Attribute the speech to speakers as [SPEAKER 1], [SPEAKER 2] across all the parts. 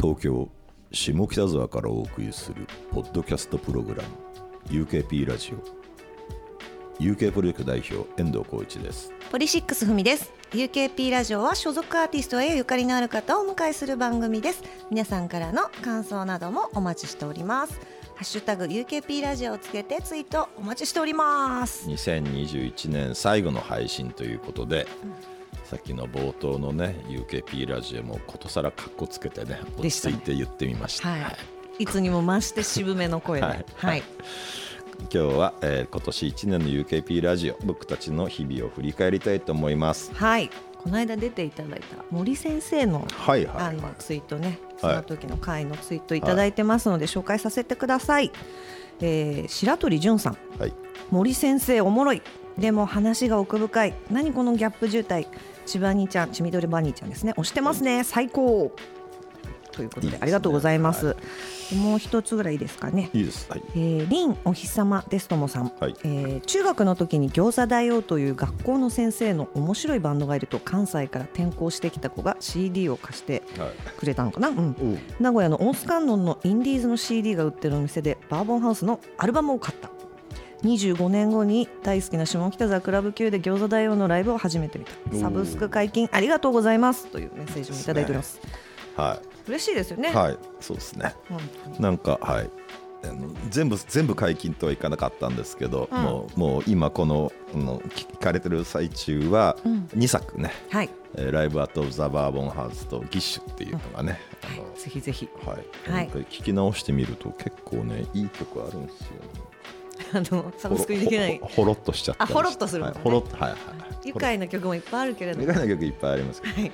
[SPEAKER 1] 東京下北沢からお送りするポッドキャストプログラム UKP ラジオ UK プロジェクト代表遠藤浩一です
[SPEAKER 2] ポリシックスふみです。UKP ラジオは所属アーティストへゆかりのある方をお迎えする番組です。皆さんからの感想などもお待ちしております。ハッシュタグ UKP ラジオをつけてツイートお待ちしております。
[SPEAKER 1] 2021年最後の配信ということで、さっきの冒頭のね UKP ラジオもことさらかっこつけてね落
[SPEAKER 2] でし
[SPEAKER 1] ち
[SPEAKER 2] た
[SPEAKER 1] 着
[SPEAKER 2] ね
[SPEAKER 1] いて言ってみました
[SPEAKER 2] はい。いつにも増して渋めの声で。
[SPEAKER 1] は
[SPEAKER 2] はいい。
[SPEAKER 1] 今日は、えー今年1年の UKP ラジオ僕たちの日々を振り返りたいと思います
[SPEAKER 2] はい。この間出ていただいた森先生の
[SPEAKER 1] はいは
[SPEAKER 2] あ
[SPEAKER 1] い、
[SPEAKER 2] の
[SPEAKER 1] は
[SPEAKER 2] ツイートね、そ
[SPEAKER 1] はい
[SPEAKER 2] の時の回のツイートいただいてますので紹介させてください。えー白鳥純さん。
[SPEAKER 1] いはい、
[SPEAKER 2] 森先生おもろいでも話が奥深い何このギャップ渋滞千葉兄ちゃん千みどりバニーちゃんですね押してますね最高ということで
[SPEAKER 1] いいですね
[SPEAKER 2] ありがとうございます、
[SPEAKER 1] は
[SPEAKER 2] もう一つぐらいいですかね
[SPEAKER 1] いいですはい
[SPEAKER 2] えー、リンお日様ですともさん、
[SPEAKER 1] はい
[SPEAKER 2] えー中学の時に餃子大王という学校の先生の面白いバンドがいると関西から転校してきた子が CD を貸して
[SPEAKER 1] はい
[SPEAKER 2] くれたのかな、うん、
[SPEAKER 1] うん
[SPEAKER 2] 名古屋のオンスカンドンのインディーズの CD が売ってるお店でバーボンハウスのアルバムを買った25年後に大好きな下北沢クラブ級で餃子大王のライブを始めてみ
[SPEAKER 1] お
[SPEAKER 2] た
[SPEAKER 1] ー
[SPEAKER 2] サブスク解禁ありがとうございますというメッセージもいただいております
[SPEAKER 1] は
[SPEAKER 2] 嬉しいですよ
[SPEAKER 1] い
[SPEAKER 2] ね、
[SPEAKER 1] はいそうですね
[SPEAKER 2] 本当に
[SPEAKER 1] なんかはいあの全部全部解禁とはいかなかったんですけど、
[SPEAKER 2] うん
[SPEAKER 1] もうもう今このあの聞かれてる最中は
[SPEAKER 2] うん
[SPEAKER 1] 2作ね
[SPEAKER 2] はい
[SPEAKER 1] 「えーライブ・アット・ザ・バーボン・ハウス」と「ギッシュ」っていうのがね、あの
[SPEAKER 2] ぜひぜひ
[SPEAKER 1] はい、
[SPEAKER 2] はい
[SPEAKER 1] なんか聞き直してみると結構ねいい曲あるんですよ、ね、
[SPEAKER 2] あのサブスクにできない
[SPEAKER 1] ほろほろっとしちゃったりして
[SPEAKER 2] あほろっとする
[SPEAKER 1] は
[SPEAKER 2] の
[SPEAKER 1] い
[SPEAKER 2] ね
[SPEAKER 1] ほろっとはいはい
[SPEAKER 2] 愉快な曲もいっぱいあるけれど
[SPEAKER 1] 愉
[SPEAKER 2] も
[SPEAKER 1] 快な曲いっぱいありますけど
[SPEAKER 2] はい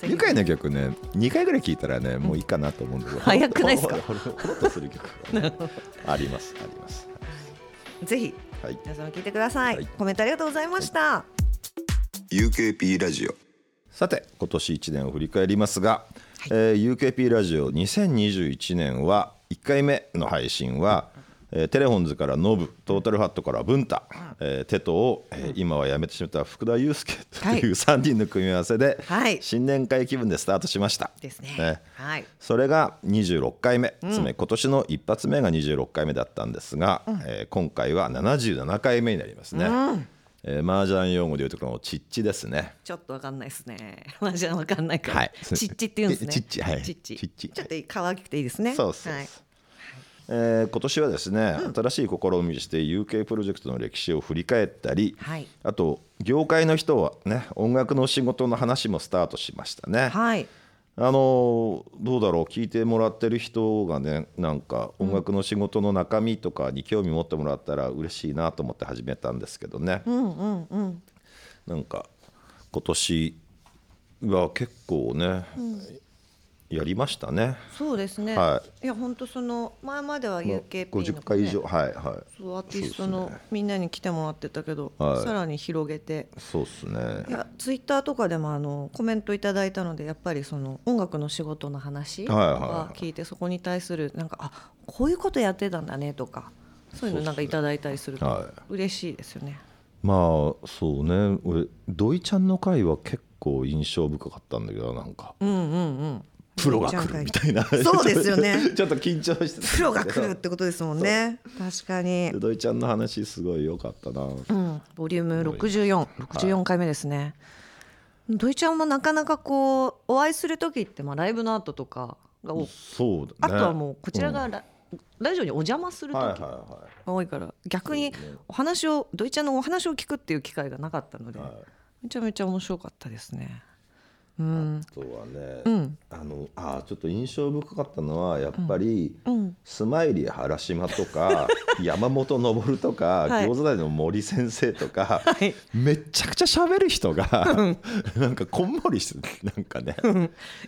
[SPEAKER 2] ぜひ
[SPEAKER 1] 愉快な曲ね2回ぐらい聴いたらねもういいかなと思うんですけど
[SPEAKER 2] 早くないですか
[SPEAKER 1] ほろほろほろっとする曲 が、ね、ありますあります
[SPEAKER 2] ぜひ
[SPEAKER 1] はい
[SPEAKER 2] 皆さんも聞いてください、
[SPEAKER 1] はい
[SPEAKER 2] コメントありがとうございました、
[SPEAKER 1] UKP ラジオさて今年1年を振り返りますが、えー UKP ラジオ2021年は1回目の配信は、えーテレホンズからノブトータルファットから文太、えーテトを、えー今は辞めてしまった福田祐介と
[SPEAKER 2] はいいう
[SPEAKER 1] 3人の組み合わせで、
[SPEAKER 2] はい
[SPEAKER 1] 新年会気分でスタートしました。
[SPEAKER 2] ですね
[SPEAKER 1] ね
[SPEAKER 2] はい
[SPEAKER 1] それが26回目、つまり今年の一発目が26回目だったんですが、えー今回は77回目になりますね。えー、麻雀用語でいうとこのチッチですね。
[SPEAKER 2] ちょっとわかんないですね。 マジでわかんないから。
[SPEAKER 1] はい
[SPEAKER 2] ちっちって言うんですね。
[SPEAKER 1] ちっちはい
[SPEAKER 2] ちっち。
[SPEAKER 1] ちっち
[SPEAKER 2] ょっと可愛くていいですね。
[SPEAKER 1] そうそうそう
[SPEAKER 2] はい。
[SPEAKER 1] えー今年はですね、新しい試みとして UK プロジェクトの歴史を振り返ったり、
[SPEAKER 2] はい
[SPEAKER 1] あと業界の人はね音楽の仕事の話もスタートしましたね。
[SPEAKER 2] はい。
[SPEAKER 1] あのーどうだろう聞いてもらってる人がねなんか音楽の仕事の中身とかに興味持ってもらったら嬉しいなと思って始めたんですけどね、なんか今年は結構ね、やりましたね
[SPEAKER 2] そうですね。、
[SPEAKER 1] はい
[SPEAKER 2] や本当その前までは UKP の、ね、
[SPEAKER 1] 50回以上はいはい
[SPEAKER 2] そうアーティストのみんなに来てもらってたけど、
[SPEAKER 1] はい
[SPEAKER 2] さらに広げて。
[SPEAKER 1] そうですね
[SPEAKER 2] いやツイッターとかでもあのコメントいただいたのでやっぱりその音楽の仕事の話と
[SPEAKER 1] はいはいはい
[SPEAKER 2] か聞いてそこに対するなんかあこういうことやってたんだねとかそういうのなんかいただいたりする
[SPEAKER 1] はい
[SPEAKER 2] と嬉しいですよね。
[SPEAKER 1] まあそうね俺土井ちゃんの回は結構印象深かったんだけどなんか
[SPEAKER 2] うんうんうん。
[SPEAKER 1] プロが来るみたいな
[SPEAKER 2] そうです よね
[SPEAKER 1] ちょっと緊張してたんだけど
[SPEAKER 2] プロが来るってことですもんね。確か
[SPEAKER 1] で。
[SPEAKER 2] に
[SPEAKER 1] 土井ちゃんの話すごい良かったな、
[SPEAKER 2] うん、ボリューム六十四、六十四回目ですね。土井ちゃんもなかなかこうお会いする時ってまあライブの後とかが多い
[SPEAKER 1] そうだね
[SPEAKER 2] あとはもうこちらがラ,、ラジオにお邪魔する時
[SPEAKER 1] はいは
[SPEAKER 2] が多いから、逆にお話を土井ちゃんのお話を聞くっていう機会がなかったの
[SPEAKER 1] い
[SPEAKER 2] で、
[SPEAKER 1] はいはい
[SPEAKER 2] めちゃめちゃ面白かったですね。うん、
[SPEAKER 1] あとはね、
[SPEAKER 2] うん、
[SPEAKER 1] あのあちょっと印象深かったのはやっぱり、
[SPEAKER 2] うん、
[SPEAKER 1] スマイリー原島と か山本昇とか、
[SPEAKER 2] はい
[SPEAKER 1] 餃子大の森先生とか、
[SPEAKER 2] い
[SPEAKER 1] めちゃくちゃ喋る人が なんかこんもりしてなんかね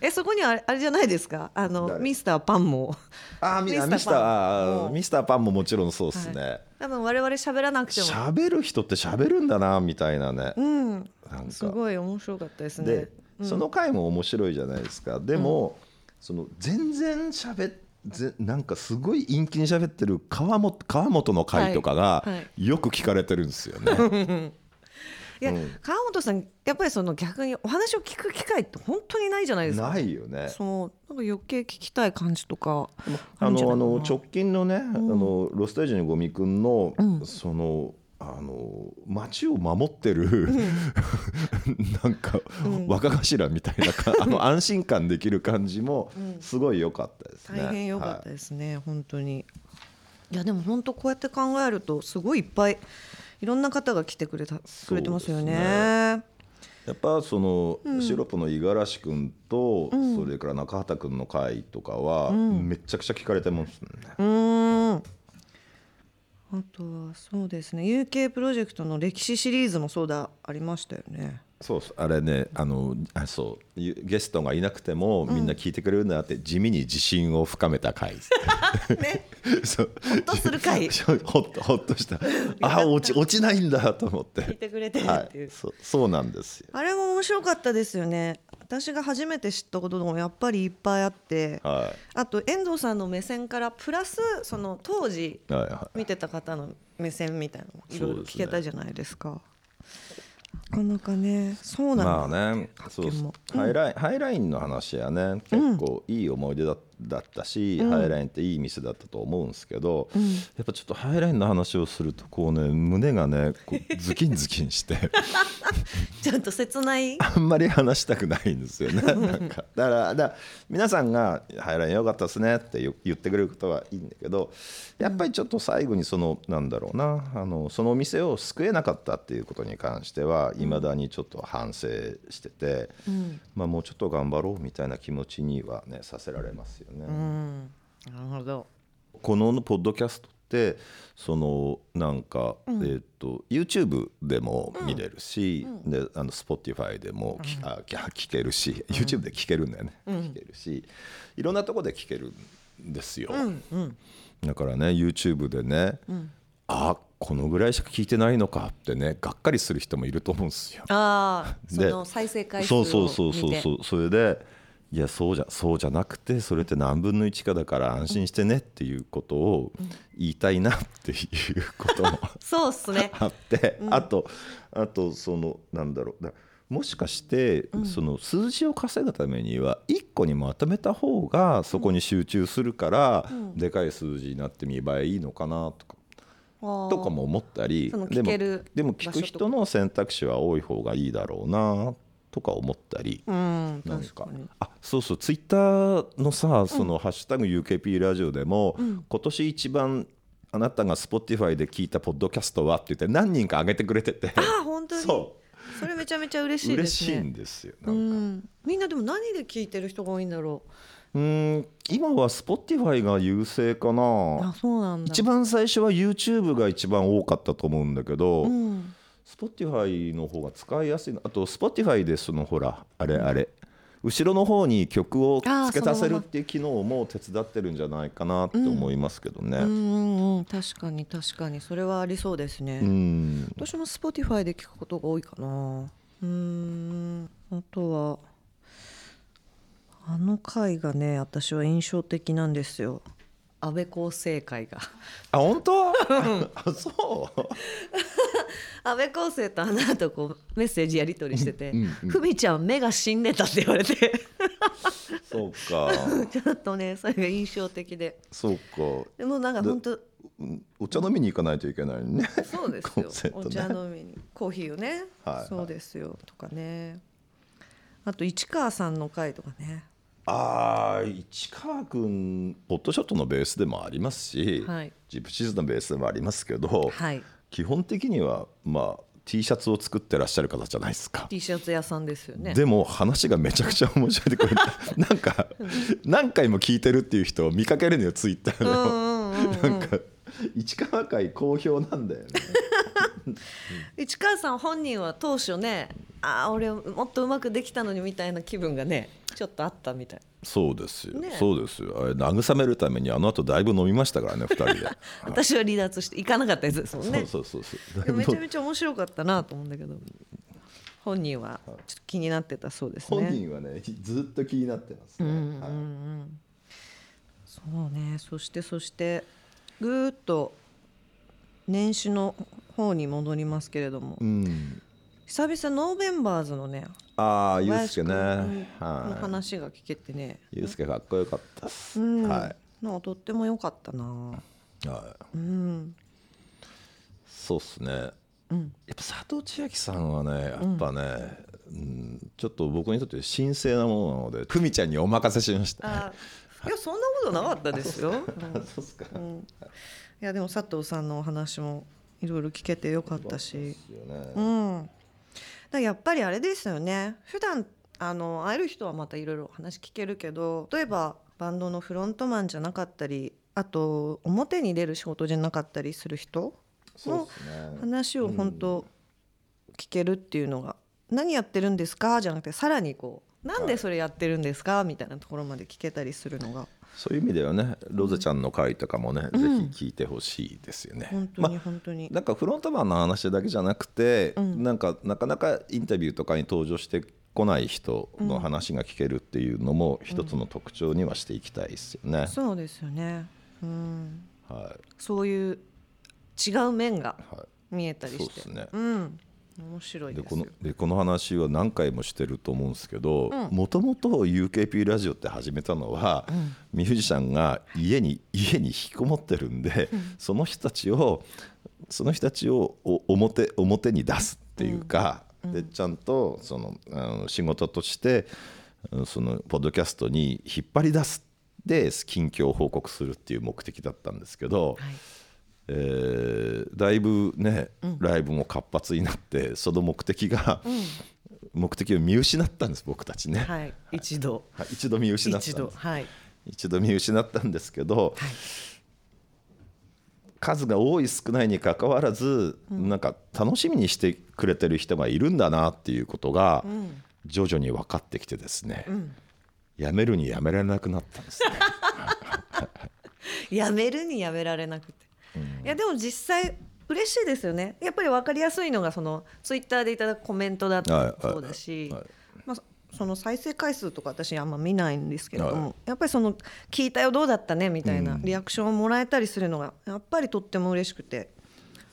[SPEAKER 2] えそこにはあれあれじゃないですかあの
[SPEAKER 1] 誰
[SPEAKER 2] ミスターパンも
[SPEAKER 1] あーみあミ
[SPEAKER 2] ミ
[SPEAKER 1] ス
[SPEAKER 2] ス
[SPEAKER 1] タ
[SPEAKER 2] タ
[SPEAKER 1] ー
[SPEAKER 2] ー
[SPEAKER 1] あーミスターパンももちろんそうですね、
[SPEAKER 2] 多分我々喋らなくても
[SPEAKER 1] 喋る人って喋るんだなみたいなね、
[SPEAKER 2] うん、
[SPEAKER 1] なん
[SPEAKER 2] す
[SPEAKER 1] か
[SPEAKER 2] ごい面白かったですね
[SPEAKER 1] で。、その回も面白いじゃないですかでも、その全然しゃべぜなんかすごい陰気に喋ってる川本川本の回とかが、
[SPEAKER 2] はいは
[SPEAKER 1] よく聞かれてるんですよね。
[SPEAKER 2] いや、
[SPEAKER 1] うん
[SPEAKER 2] 川本さんやっぱりその逆にお話を聞く機会って本当にないじゃないですか。
[SPEAKER 1] ないよね
[SPEAKER 2] そうなんか余計聞きたい感じとかあ
[SPEAKER 1] あ
[SPEAKER 2] るんじゃ
[SPEAKER 1] の
[SPEAKER 2] な
[SPEAKER 1] あ
[SPEAKER 2] いか
[SPEAKER 1] の
[SPEAKER 2] な
[SPEAKER 1] 直近のね、あのロスタージュのゴミくんの、
[SPEAKER 2] うん
[SPEAKER 1] そのあの街を守ってる、 なんか、
[SPEAKER 2] うん
[SPEAKER 1] 若頭みたいな かあの安心感できる感じもすごい良かったですね。
[SPEAKER 2] 大変良かった
[SPEAKER 1] はい
[SPEAKER 2] ですね、本当にいやでも本当こうやって考えるとすごいいっぱいいろんな方が来てくれたくれてますよ
[SPEAKER 1] そう
[SPEAKER 2] ね
[SPEAKER 1] ですやっぱその、シロップの五十嵐君と、それから中畑君の回とかは、めちゃくちゃ聞かれてますね。
[SPEAKER 2] うーんあとはそうですね UK プロジェクトの歴史シリーズもそうだありましたよね
[SPEAKER 1] そうそうあれねあのあそうゆゲストがいなくてもみんな聞いてくれるんだなって、地味に自信を深めた回
[SPEAKER 2] ね
[SPEAKER 1] そう
[SPEAKER 2] ほっとする 回
[SPEAKER 1] ほっとほっとしたあ落ち落ちないんだと思って
[SPEAKER 2] 聞いてくれてる
[SPEAKER 1] は
[SPEAKER 2] っていう
[SPEAKER 1] い、そうそうなんですよ、
[SPEAKER 2] あれも面白かったですよね私が初めて知ったこともやっぱりいっぱいあって
[SPEAKER 1] は
[SPEAKER 2] あと遠藤さんの目線からプラスその当時
[SPEAKER 1] い、はいはい
[SPEAKER 2] 見てた方の目線みたいなのもいろいろ聞けたじゃないですか。なかなかね、そうなんだ。
[SPEAKER 1] まあねそう
[SPEAKER 2] 発見も
[SPEAKER 1] ハイラインハイラインの話やね結構いい思い出だだったし、ハイラインっていい店だったと思うんですけど、やっぱちょっとハイラインの話をするとこうね胸がねこうズキンズキンして。
[SPEAKER 2] ちょっと切ない。
[SPEAKER 1] あんまり話したくないんですよねなんかだからだから皆さんが「入らんよかったですね」って言言ってくれることはいいんだけどやっぱりちょっと最後にそのなんだろうなあのそのお店を救えなかったっていうことに関してはいまだにちょっと反省してて、まあ、もうちょっと頑張ろうみたいな気持ちにはねさせられますよね。
[SPEAKER 2] うん、なるほど。
[SPEAKER 1] このポッドキャストってそのなんか、えー、と YouTube でも見れるし、であの Spotify でも聞,、あ聞 聞けるし YouTube で聞けるんだよね、聞けるしいろんなとこで聞けるんですよ、だからね YouTube でね、あこのぐらいしか聞いてないのかってねがっかりする人もいると思うんですよ。
[SPEAKER 2] ああ、そ
[SPEAKER 1] で
[SPEAKER 2] の再生回数
[SPEAKER 1] そ
[SPEAKER 2] を
[SPEAKER 1] う
[SPEAKER 2] 見て。。
[SPEAKER 1] そうそうそうそううそれでいやそうじゃそうじゃなくてそれって何分の1かだから安心してねっていうことを言いたいなっていうことも
[SPEAKER 2] そうっす ね。
[SPEAKER 1] あって、あとあとそのなんだろうだもしかしてその数字を稼ぐためには1個にまとめた方がそこに集中するからでかい数字になって見栄えいいのかなとかと
[SPEAKER 2] と
[SPEAKER 1] か。も思ったり
[SPEAKER 2] その
[SPEAKER 1] で
[SPEAKER 2] 聞
[SPEAKER 1] も
[SPEAKER 2] ける
[SPEAKER 1] でも聞く人の選択肢は多い方がいいだろうなとか思ったり。
[SPEAKER 2] うん、
[SPEAKER 1] なん
[SPEAKER 2] 確
[SPEAKER 1] か
[SPEAKER 2] かに。
[SPEAKER 1] あそうそうツイッターのさ「そのハッシュタグ #UKP ラジオ」でも、今年一番あなたが Spotify で聞いたポッドキャストはって言って何人か上げてくれてて
[SPEAKER 2] ああ、本当に。
[SPEAKER 1] そ
[SPEAKER 2] それめちゃめちゃ嬉
[SPEAKER 1] う
[SPEAKER 2] しいで
[SPEAKER 1] 嬉
[SPEAKER 2] す
[SPEAKER 1] しい
[SPEAKER 2] ね。
[SPEAKER 1] んですよ
[SPEAKER 2] う
[SPEAKER 1] なんか
[SPEAKER 2] ん、みんなでも何で聞いてる人が多いんだろ
[SPEAKER 1] うーん今は Spotify が優勢か
[SPEAKER 2] う。あ
[SPEAKER 1] な、
[SPEAKER 2] そうなんだ。
[SPEAKER 1] 一番最初は YouTube が一番多かったと思うんだけど、
[SPEAKER 2] うん。
[SPEAKER 1] Spotify の方が使いやすいのあと Spotify でそのほらあれあれ、後ろの方に曲を付け足せるっていう機能も手伝ってるんじゃないかなって思いますけどね。
[SPEAKER 2] う
[SPEAKER 1] うん
[SPEAKER 2] んうんうん、確かに確かにそれはありそうですね。私も Spotify で聞くことが多いかなうーんあとはあの回がね私は印象的なんですよ安倍厚生会が
[SPEAKER 1] あ本当 あそう
[SPEAKER 2] 安倍厚生とあの後こうメッセージやり取りしてて「ふみちゃん目が死んでた」って言われて
[SPEAKER 1] そうか
[SPEAKER 2] ちょっとねそれが印象的で
[SPEAKER 1] そうか
[SPEAKER 2] でもなんか本当
[SPEAKER 1] うんお茶飲みに行かないといけないね。
[SPEAKER 2] そうです
[SPEAKER 1] コ
[SPEAKER 2] よ
[SPEAKER 1] ンセン。トね
[SPEAKER 2] お茶飲みにコーヒーをね。
[SPEAKER 1] はいはい
[SPEAKER 2] そうですよとかね。あと市川さんの回とかね。
[SPEAKER 1] あー市川君ポットショットのベースでもありますし、
[SPEAKER 2] はい
[SPEAKER 1] ジプシーズのベースでもありますけど、
[SPEAKER 2] はい。
[SPEAKER 1] 基本的にはまあ T シャツを作ってらっしゃる方じゃないですか。
[SPEAKER 2] T シャツ屋さんですよね。
[SPEAKER 1] でも話がめちゃくちゃ面白いでこ れなんか何回も聞いてるっていう人を見かけるのよツイッター
[SPEAKER 2] うん
[SPEAKER 1] の
[SPEAKER 2] うんうん
[SPEAKER 1] なんか市川会好評なんだよね
[SPEAKER 2] 市川さん本人は当初ね、ああ俺もっとうまくできたのにみたいな気分がね、ちょっとあったみたい。
[SPEAKER 1] そうですよ、
[SPEAKER 2] ねえ
[SPEAKER 1] そうですよあれ慰めるためにあの後だいぶ飲みましたからね二 人で
[SPEAKER 2] 私は離脱して行かなかったやつですもんね。
[SPEAKER 1] そうそうそうそう
[SPEAKER 2] でも
[SPEAKER 1] だい
[SPEAKER 2] め
[SPEAKER 1] ぶ
[SPEAKER 2] ちゃめちゃ面白かったなと思うんだけど。本人はちょっと気になってたそうですね。
[SPEAKER 1] 本人はねずっと気になってますね、はい
[SPEAKER 2] そうねそしてそしてぐーっと年始の方に戻りますけれども、
[SPEAKER 1] うん、
[SPEAKER 2] 久々ノーベンバーズのね
[SPEAKER 1] ああ
[SPEAKER 2] 小
[SPEAKER 1] ゆう
[SPEAKER 2] 林
[SPEAKER 1] すけ
[SPEAKER 2] 君
[SPEAKER 1] ね
[SPEAKER 2] の
[SPEAKER 1] は
[SPEAKER 2] 話が聞けてね、
[SPEAKER 1] いゆうすけかっこよかったっす、
[SPEAKER 2] うん
[SPEAKER 1] は
[SPEAKER 2] なんかとっても良かったな、
[SPEAKER 1] い、はい、
[SPEAKER 2] うん、
[SPEAKER 1] そうっすね、やっぱ佐藤千亜希さんはねやっぱね、うんちょっと僕にとって神聖なものなので久美ちゃんにお任せしました
[SPEAKER 2] あいやそんなことなかったで すよ、うん
[SPEAKER 1] そうっすか、
[SPEAKER 2] うんいやでも佐藤さんのお話もいろいろ聞けてよかったし、
[SPEAKER 1] ですよね
[SPEAKER 2] うん、だからやっぱりあれですよね普段あの会える人はまたいろいろ話聞けるけど例えばバンドのフロントマンじゃなかったりあと表に出る仕事じゃなかったりする人
[SPEAKER 1] そうっすね
[SPEAKER 2] 話を本当聞けるっていうのが「何やってるんですか?」じゃなくてさらにこう「なんでそれやってるんですか?」みたいなところまで聞けたりするのが
[SPEAKER 1] そういう意味ではねロゼちゃんの回とかもね、ぜひ聞いてほしいですよね
[SPEAKER 2] 本当
[SPEAKER 1] まあ
[SPEAKER 2] に本当に。
[SPEAKER 1] なんかフロントマンの話だけじゃなくて、なんかなかなかインタビューとかに登場してこない人の話が聞けるっていうのも一つの特徴にはしていきたいですよね。
[SPEAKER 2] そうですよね、うん、
[SPEAKER 1] は
[SPEAKER 2] そういう違う面が
[SPEAKER 1] いは
[SPEAKER 2] 見えたり
[SPEAKER 1] そうで
[SPEAKER 2] して
[SPEAKER 1] すね
[SPEAKER 2] うん、面白い
[SPEAKER 1] い、
[SPEAKER 2] で
[SPEAKER 1] ですこのでこの話は何回もしてると思うんですけどもともと UKP ラジオって始めたのは、ミュージシャンが家に家に引きこもってるんで、その人たちをその人たちをお表表に出すっていうか、でちゃんとそのあの仕事としてうんそのポッドキャストに引っ張り出すで近況を報告するっていう目的だったんですけど。
[SPEAKER 2] はい、
[SPEAKER 1] えーだいぶね、ライブも活発になってその目的が、目的を見失ったんです僕たちね、
[SPEAKER 2] はい一度
[SPEAKER 1] はい一度見失ったんです
[SPEAKER 2] 一度はい、
[SPEAKER 1] 一度見失ったんですけど、数が多い少ないにかかわらず、なんか楽しみにしてくれてる人がいるんだなっていうことが、徐々に分かってきてですね、やめるにやめられなくなったんですね。
[SPEAKER 2] やめるにやめられなくて、いやでも実際嬉しいですよねやっぱり分かりやすいのがそのツイッターでいただくコメントだっ
[SPEAKER 1] はいは
[SPEAKER 2] た
[SPEAKER 1] い
[SPEAKER 2] そうだし、
[SPEAKER 1] はい
[SPEAKER 2] まあ、そその再生回数とか私あんま見ないんですけれども、
[SPEAKER 1] は
[SPEAKER 2] やっぱりその「聞いたよどうだったね」みたいなリアクションをもらえたりするのがやっぱりとっても嬉しくて、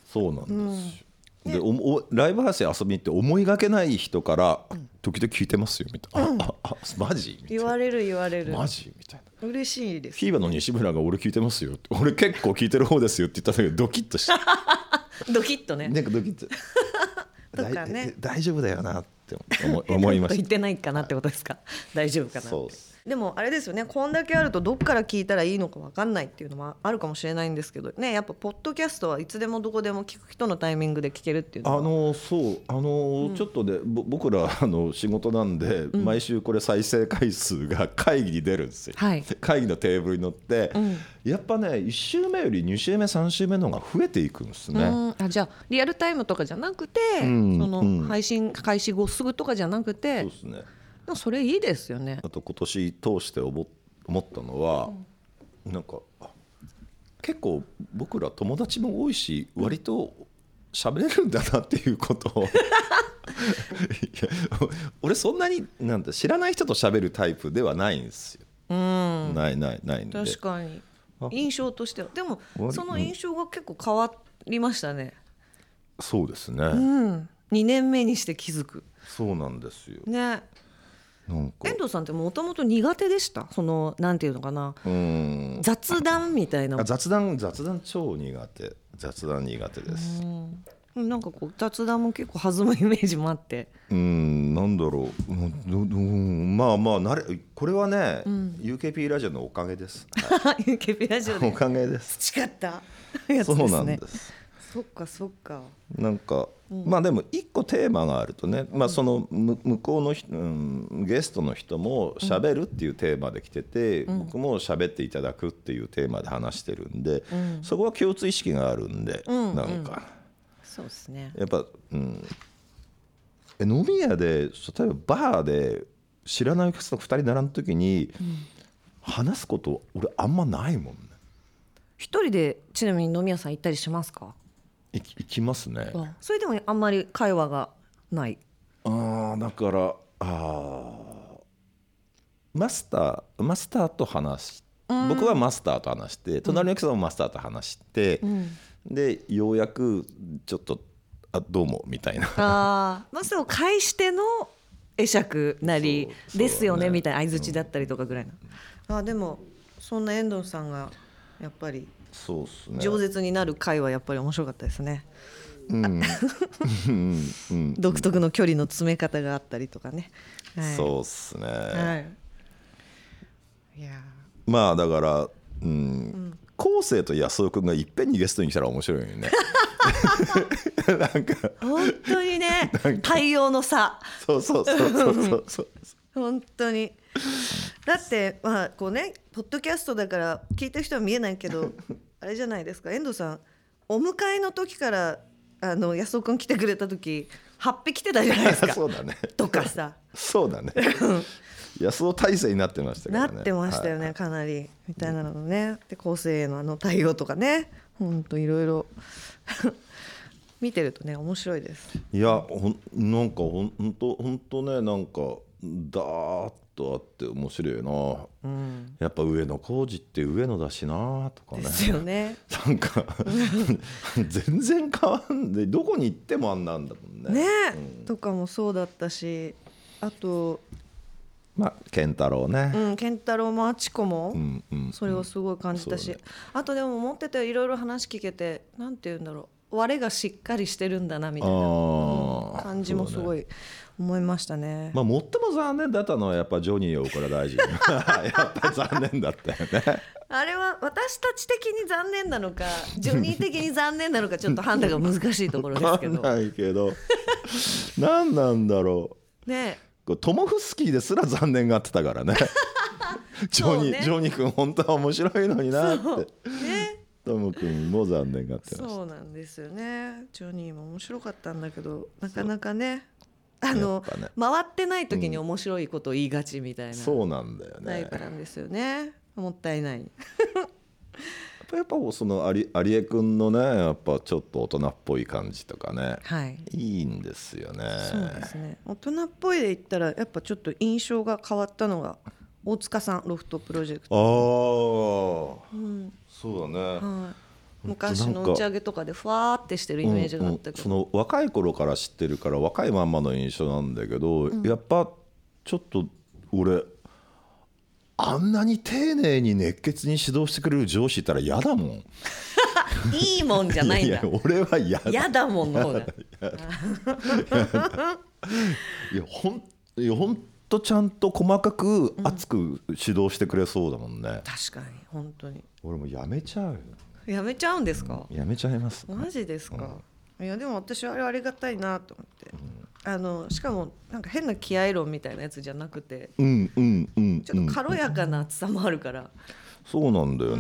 [SPEAKER 1] そうなんですよ、でおおライブハウスに遊びに行って思いがけない人から「時々聞いてますよ」みたいな「あああマジ?」みたい
[SPEAKER 2] 言われる言われる
[SPEAKER 1] な「マジ?」みたいな
[SPEAKER 2] 嬉しいで
[SPEAKER 1] 「
[SPEAKER 2] す
[SPEAKER 1] フィーバーの西村が俺聞いてますよ」って「俺結構聞いてる方ですよ」って言ったんだけどドキッとして
[SPEAKER 2] ドキッとね
[SPEAKER 1] なんかドキッと
[SPEAKER 2] とかね
[SPEAKER 1] 大大丈夫だよなって思思いま
[SPEAKER 2] と 言
[SPEAKER 1] し
[SPEAKER 2] ってないかなってこ とですか、大丈夫
[SPEAKER 1] た
[SPEAKER 2] かな
[SPEAKER 1] そうです
[SPEAKER 2] でもあれですよねこんだけあるとどっから聞いたらいいのか分かんないっていうのもあるかもしれないんですけどねやっぱポッドキャストはいつでもどこでも聞く人のタイミングで聞けるっていう
[SPEAKER 1] あ
[SPEAKER 2] のは
[SPEAKER 1] のそうあの、ちょっとで、ぼ僕らあの仕事なんで、毎週これ再生回数が会議に出るんですよ、
[SPEAKER 2] はい
[SPEAKER 1] 会議のテーブルに乗って、やっぱね1週目より2週目3週目の方が増えていくんですね、
[SPEAKER 2] うんあじゃあリアルタイムとかじゃなくて、
[SPEAKER 1] ん
[SPEAKER 2] そうの
[SPEAKER 1] ん
[SPEAKER 2] 配信開始後すぐとかじゃなくて、
[SPEAKER 1] そう
[SPEAKER 2] で
[SPEAKER 1] ですね
[SPEAKER 2] もそれいいですよね
[SPEAKER 1] あと今年通して思思ったのは、なんかあ結構僕ら友達も多いし割と喋れるんだなっていうこと をいや俺そんなになんだ知らない人と喋るタイプではないんですよ、
[SPEAKER 2] うん
[SPEAKER 1] ないないないんで
[SPEAKER 2] 確かに
[SPEAKER 1] あ
[SPEAKER 2] 印象としてはでも
[SPEAKER 1] 終わり
[SPEAKER 2] その印象が結構変わりましたね
[SPEAKER 1] そうですね、
[SPEAKER 2] うん2年目にして気づく
[SPEAKER 1] そうなんですよ
[SPEAKER 2] ね
[SPEAKER 1] なんか
[SPEAKER 2] 遠藤さんってもともと苦手でしたそのなんていうのかな
[SPEAKER 1] うん
[SPEAKER 2] 雑談みたいな
[SPEAKER 1] あ雑談雑談超苦手雑談苦手です
[SPEAKER 2] なんかこう雑談も結構弾むイメージもあって
[SPEAKER 1] うんなんだろううんどどうんまあまあ慣れこれはね、UKP ラジオのおかげです、
[SPEAKER 2] ケピラジオ
[SPEAKER 1] お
[SPEAKER 2] で
[SPEAKER 1] かげです
[SPEAKER 2] 培ったやつですね
[SPEAKER 1] そうなんです
[SPEAKER 2] そっかそっか
[SPEAKER 1] なんか、まあでも一個テーマがあるとね、まあ、そのむ向こうの人、うん、ゲストの人も喋るっていうテーマで来てて、僕も喋っていただくっていうテーマで話してるんで、そこは共通意識があるんで、なんか
[SPEAKER 2] そうですね
[SPEAKER 1] やっぱ、うん、え飲み屋で例えばバーで知らないお客さんと2人並んだ時に、話すこと俺あんまないもんね
[SPEAKER 2] 一人でちなみに飲み屋さん行ったりしますか
[SPEAKER 1] いき行きますね。
[SPEAKER 2] それでもあんまり会話がない
[SPEAKER 1] ああだからあーマスターマスターと話し僕はマスターと話して隣のお客さんもマスターと話して、でようやくちょっとあどうもみたいな
[SPEAKER 2] あーまあそれを返しての会釈なり
[SPEAKER 1] そうそう
[SPEAKER 2] ですよね
[SPEAKER 1] ね
[SPEAKER 2] みたいな相づちだったりとかぐらいな、あーでもそんな遠藤さんがやっぱり
[SPEAKER 1] そうっすね
[SPEAKER 2] 饒舌になる回はやっぱり面白かったですね
[SPEAKER 1] うん、うんうん
[SPEAKER 2] 独特の距離の詰め方があったりとかね、はい、
[SPEAKER 1] そうっすね、
[SPEAKER 2] はい、いや
[SPEAKER 1] まあだからうん、昴生と安尾君がいっぺんにゲストに来たら面白いよね
[SPEAKER 2] ー本当 にね対応の差
[SPEAKER 1] そうそうそうそうそうそう
[SPEAKER 2] 本当にだってまあこうねポッドキャストだから聞いてる人は見えないけ どあれじゃないですか遠藤さんお迎えの時からあの安尾君来てくれた時8匹来てたじゃないです か
[SPEAKER 1] そうだね
[SPEAKER 2] とかさ
[SPEAKER 1] そうだね安尾体制になってましたから
[SPEAKER 2] な
[SPEAKER 1] ね
[SPEAKER 2] ってましたよね、かなりみたいなのねで構成へのあの対応とかねほんといろい ろ見てるとね面白いです
[SPEAKER 1] いやほんなんかほんほんとほんとねなんかだーっとあって面白いな、やっぱ上野浩二って上野だしなとかね
[SPEAKER 2] ですよね
[SPEAKER 1] なんか全然変わんでどこに行ってもあんなんだもんね
[SPEAKER 2] ね、とかもそうだったしあと
[SPEAKER 1] まあ健太郎ね、
[SPEAKER 2] うん、健太郎もあちこも、
[SPEAKER 1] うんうん
[SPEAKER 2] それをすごい感じたし、
[SPEAKER 1] そうだ
[SPEAKER 2] あとでも思ってたよりいろいろ話聞けてなんて言うんだろう我がしっかりしてるんだなみたいな
[SPEAKER 1] あー
[SPEAKER 2] 感じもす
[SPEAKER 1] そう
[SPEAKER 2] ごい思いましたね。
[SPEAKER 1] まあ、最も残念だったのはやっぱジョニー大倉 大臣やっぱり残念だったよね
[SPEAKER 2] あれは私たち的に残念なの かジョニー的に残念なのかちょっと判断が難しいところですけ
[SPEAKER 1] 分 かん
[SPEAKER 2] ど
[SPEAKER 1] ないけど何なんだろ
[SPEAKER 2] ね
[SPEAKER 1] うこうトモフスキーですら残念がってた からねジョ
[SPEAKER 2] そ
[SPEAKER 1] ニ
[SPEAKER 2] う
[SPEAKER 1] ー、
[SPEAKER 2] ね
[SPEAKER 1] ジョニー君本当は面白いのになって
[SPEAKER 2] ね
[SPEAKER 1] トモ君も残念がってまし
[SPEAKER 2] そうなんですよねジョニーも面白かったんだけどなかなかねあの、
[SPEAKER 1] やっぱね
[SPEAKER 2] 回ってない時に面白いことを言いがちみたいな
[SPEAKER 1] たそうなんだよ
[SPEAKER 2] タイ
[SPEAKER 1] ね
[SPEAKER 2] プなんですよねもったいない。
[SPEAKER 1] やっぱそのアリアリエ君のねやっぱちょっと大人っぽい感じとかね
[SPEAKER 2] はい。
[SPEAKER 1] いいんですよね
[SPEAKER 2] そうですね。大人っぽいで言ったらやっぱちょっと印象が変わったのが大塚さんロフトプロジェク
[SPEAKER 1] あ
[SPEAKER 2] ト。
[SPEAKER 1] あ、そうだね、
[SPEAKER 2] はい。昔の打ち上げとかでふわーってしてるイメージがあったけど、
[SPEAKER 1] うんうんその若い頃から知ってるから若いまんまの印象なんだけど、やっぱちょっと俺あんなに丁寧に熱血に指導してくれる上司いたら嫌だもん
[SPEAKER 2] いいもんじゃな いん
[SPEAKER 1] いや
[SPEAKER 2] だ
[SPEAKER 1] い。や俺は嫌だ
[SPEAKER 2] やだもん の方が。
[SPEAKER 1] いやほんいやほんとちゃんと細かく熱く指導してくれそうだもんね、
[SPEAKER 2] 確かに本当に。
[SPEAKER 1] 俺もうやめちゃうよ
[SPEAKER 2] やめちゃうんですか。
[SPEAKER 1] やめちゃいます
[SPEAKER 2] マジですか。いやでも私はあれありがたいなと思って。あのしかもなんか変な気合論みたいなやつじゃなくて、
[SPEAKER 1] うんうんうん
[SPEAKER 2] ち
[SPEAKER 1] う
[SPEAKER 2] ょっ
[SPEAKER 1] ん
[SPEAKER 2] と軽やかな厚さもあるから。
[SPEAKER 1] そうなんだよ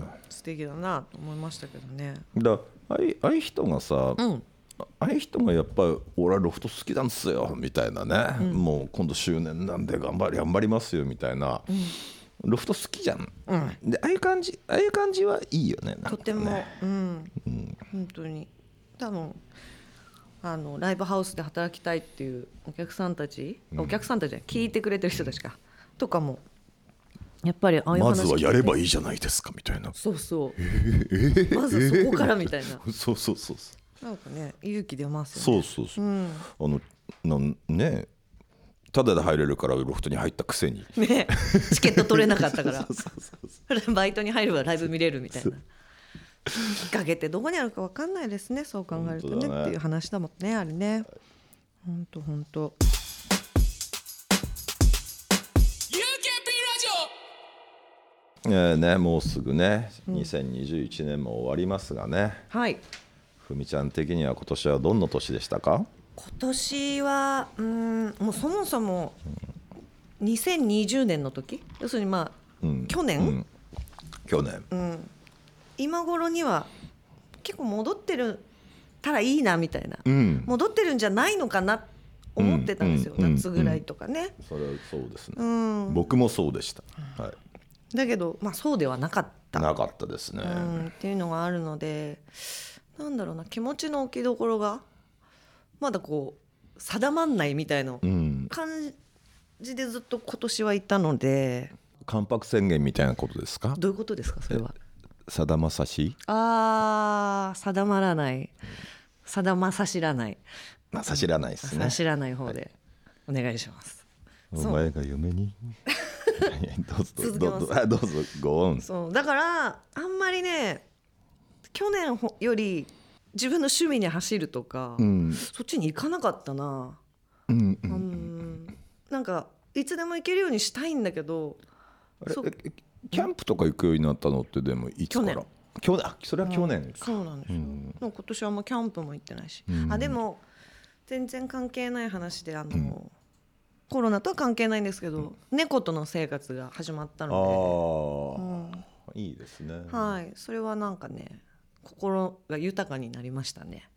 [SPEAKER 1] ね、
[SPEAKER 2] 素敵だなと思いましたけどね。
[SPEAKER 1] だああいうああいう人がさ、
[SPEAKER 2] ん
[SPEAKER 1] あああいう人がやっぱり「俺はロフト好きなんですよ」みたいなね、もう今度周年なんで頑張り頑張りますよみたいな、ロフト好きじゃん、でああいう感じああいう感じはいいよねなんか
[SPEAKER 2] と
[SPEAKER 1] ね
[SPEAKER 2] ても、うん、本当に多分あのライブハウスで働きたいっていうお客さんたち、お客さんたちじゃない聞いてくれてる人たちか、とかもやっぱりああいう話
[SPEAKER 1] まずはや
[SPEAKER 2] 聞いて
[SPEAKER 1] ればいいじゃないですかみたいな
[SPEAKER 2] そうそうまずそこからみたいな、
[SPEAKER 1] そうそうそうそう
[SPEAKER 2] なんかね勇気出ますよね
[SPEAKER 1] そうそうそう、あのなんねただで入れるからロフトに入ったくせに
[SPEAKER 2] ねチケット取れなかった からバイトに入ればライブ見れるみたいなきっかけってどこにあるか分かんないですねそう考えると
[SPEAKER 1] 本
[SPEAKER 2] ね
[SPEAKER 1] 当だね
[SPEAKER 2] っていう話だもんねあれねほんとほんと
[SPEAKER 3] UKP
[SPEAKER 1] えーねもうすぐね2021年も終わりますがね、
[SPEAKER 2] はい
[SPEAKER 1] ふみちゃん的には今年はどんな年でしたか
[SPEAKER 2] 今年はうーんもうそもそも2020年の時要するにまあ、
[SPEAKER 1] うん
[SPEAKER 2] 去年、
[SPEAKER 1] うん去年、
[SPEAKER 2] 今頃には結構戻ってるたらいいなみたいな、
[SPEAKER 1] ん
[SPEAKER 2] 戻ってるんじゃないのかな思ってたんですよ、
[SPEAKER 1] うんうん
[SPEAKER 2] 夏ぐらいとかね、
[SPEAKER 1] それはそうですね、僕もそうでした、は
[SPEAKER 2] だけど、まあ、そうではなかっ
[SPEAKER 1] い、
[SPEAKER 2] た、
[SPEAKER 1] なかったですね、
[SPEAKER 2] うん、っていうのがあるのでなんだろうな気持ちの置きどころがまだこう定まんないみたいな
[SPEAKER 1] うん
[SPEAKER 2] 感じでずっと今年はいたので
[SPEAKER 1] 関白宣言みたいなことですか
[SPEAKER 2] どういうことですかそれは。
[SPEAKER 1] さだまさし
[SPEAKER 2] あー定まらないさだまさしらない
[SPEAKER 1] まあさ知らないですね
[SPEAKER 2] さしらない方でお願いします、
[SPEAKER 1] お前が嫁に いやいやどうぞ
[SPEAKER 2] 続け
[SPEAKER 1] ど
[SPEAKER 2] ます
[SPEAKER 1] うぞあどうぞご恩
[SPEAKER 2] そうだからあんまりね去年ほより自分の趣味に走るとか、
[SPEAKER 1] うん
[SPEAKER 2] そっちに行かなかったな
[SPEAKER 1] うんう
[SPEAKER 2] うんんなんかいつでも行けるようにしたいんだけど
[SPEAKER 1] あれ
[SPEAKER 2] そう
[SPEAKER 1] ええキャンプとか行くようになったのってでもいつから去
[SPEAKER 2] 去年
[SPEAKER 1] 年あそれは去年か
[SPEAKER 2] そうなんですよ、
[SPEAKER 1] うん
[SPEAKER 2] でも今年はあんまキャンプも行ってないし、
[SPEAKER 1] うん
[SPEAKER 2] あでも全然関係ない話であの、コロナとは関係ないんですけど、猫との生活が始まった
[SPEAKER 1] あ
[SPEAKER 2] ので、う
[SPEAKER 1] ー
[SPEAKER 2] ん
[SPEAKER 1] いいですね
[SPEAKER 2] はいそれはなんかね心が豊かになりましたね。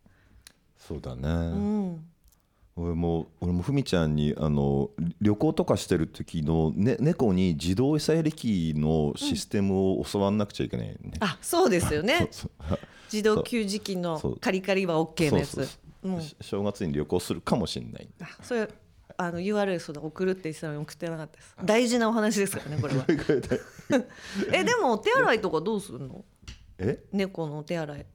[SPEAKER 1] そうだ
[SPEAKER 2] う
[SPEAKER 1] ね
[SPEAKER 2] ん、
[SPEAKER 1] 俺も俺もふみちゃんにあのり旅行とかしてる時のね猫に自動餌やり機のシステムを教わんなくちゃいけないよね
[SPEAKER 2] あそうですよね
[SPEAKER 1] そう
[SPEAKER 2] 自動給餌器の
[SPEAKER 1] そう
[SPEAKER 2] カリカリは OK のや
[SPEAKER 1] そうそう
[SPEAKER 2] つう
[SPEAKER 1] そ
[SPEAKER 2] ん
[SPEAKER 1] うし正月に旅行するかもしれない
[SPEAKER 2] あそれあの URL そうだ送るって言ってたのに送ってなかったです大事なお話ですからねこれは えでもお手洗いとかどうするの
[SPEAKER 1] え
[SPEAKER 2] 猫のお手洗い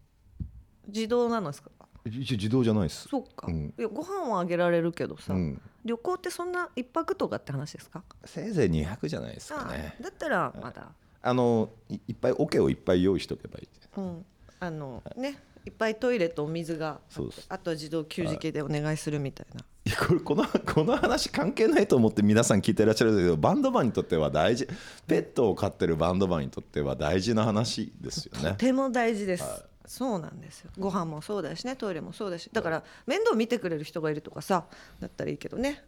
[SPEAKER 2] 自動なんですか
[SPEAKER 1] 一応自動じゃないです
[SPEAKER 2] そっか、
[SPEAKER 1] うん
[SPEAKER 2] いやご飯はあげられるけどさ、
[SPEAKER 1] うん
[SPEAKER 2] 旅行ってそんな一泊とかって話ですか
[SPEAKER 1] せいぜい200じゃないですか
[SPEAKER 2] あ
[SPEAKER 1] ね
[SPEAKER 2] だったらまだ、
[SPEAKER 1] あのいいっぱいオケをいっぱい用意しとけばいい
[SPEAKER 2] うんあのねいっぱいトイレとお水があって
[SPEAKER 1] そうです
[SPEAKER 2] あとは自動給餌器でお願いするみたいな、
[SPEAKER 1] いやこれこのこの話関係ないと思って皆さん聞いてらっしゃるんですけどバンドマンにとっては大事ペットを飼ってるバンドマンにとっては大事な話ですよね
[SPEAKER 2] と。ても大事です、
[SPEAKER 1] はい
[SPEAKER 2] そうなんですよご飯もそうだしねトイレもそうだしだから面倒見てくれる人がいるとかさだったらいいけどね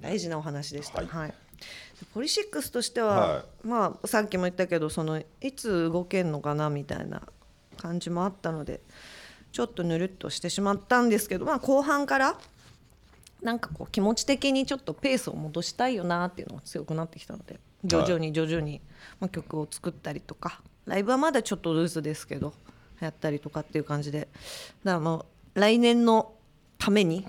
[SPEAKER 2] 大事なお話でした、は
[SPEAKER 1] はいい
[SPEAKER 2] ポリシックスとしては、
[SPEAKER 1] は
[SPEAKER 2] まあ、さっきも言ったけどそのいつ動けんのかなみたいな感じもあったのでちょっとぬるっとしてしまったんですけど、まあ、後半からなんかこう気持ち的にちょっとペースを戻したいよなっていうのが強くなってきたので徐々に徐々に、まあ、曲を作ったりとかライブはまだちょっとルーズですけどやったりとかっていう感じでだからもう来年のために、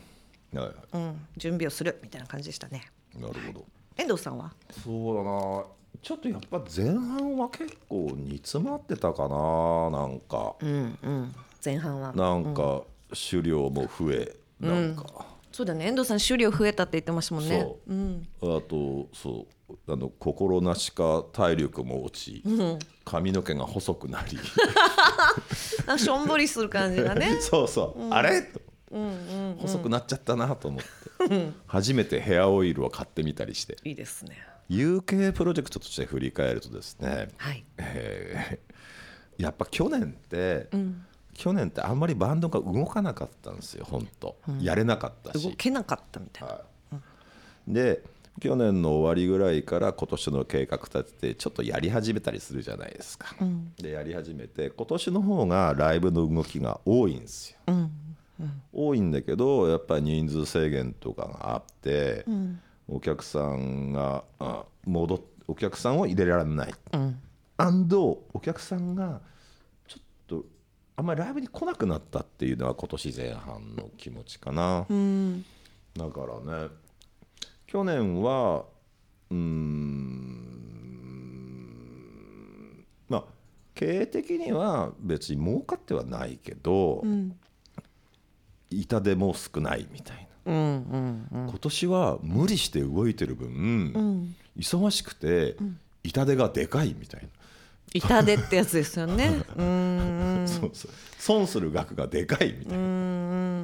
[SPEAKER 1] はいは
[SPEAKER 2] うん、準備をするみたいな感じでしたね。
[SPEAKER 1] いなるほど。
[SPEAKER 2] 遠藤さんは
[SPEAKER 1] そうだなちょっとやっぱ前半は結構煮詰まってたかななんか
[SPEAKER 2] うんうん前半は
[SPEAKER 1] なんか狩猟も増えなんか。
[SPEAKER 2] そうだね遠藤さん狩猟増えたって言ってましたもんね
[SPEAKER 1] そう、あとそうあの心なしか体力も落ち、髪の毛が細くなり
[SPEAKER 2] なんかしょんぼりする感じが ね
[SPEAKER 1] そうそう、あれと細くなっちゃったなと思って初めてヘアオイルを買ってみたりして
[SPEAKER 2] いいですね
[SPEAKER 1] UK プロジェクトとして振り返るとですね、
[SPEAKER 2] はい
[SPEAKER 1] えーやっぱ去年って、去年ってあんまりバンドが動かなかったんですよ本当、やれなかったし
[SPEAKER 2] 動けなかったみたいな、
[SPEAKER 1] で去年の終わりぐらいから今年の計画立ててちょっとやり始めたりするじゃないですか、でやり始めて今年の方がライブの動きが多いんですよ、多いんだけどやっぱり人数制限とかがあって、お客さんがあ戻っお客さんを入れられない、アンドお客さんがちょっとあんまりライブに来なくなったっていうのは今年前半の気持ちかな、だからね去年はうーんまあ経営的には別に儲かってはないけど、板でも少ないみたいな、今年は無理して動いてる分、忙しくて痛手がでかいみたいな、
[SPEAKER 2] 痛手ってやつですよねうん
[SPEAKER 1] そうそう損する額がでかいみたいな、
[SPEAKER 2] そ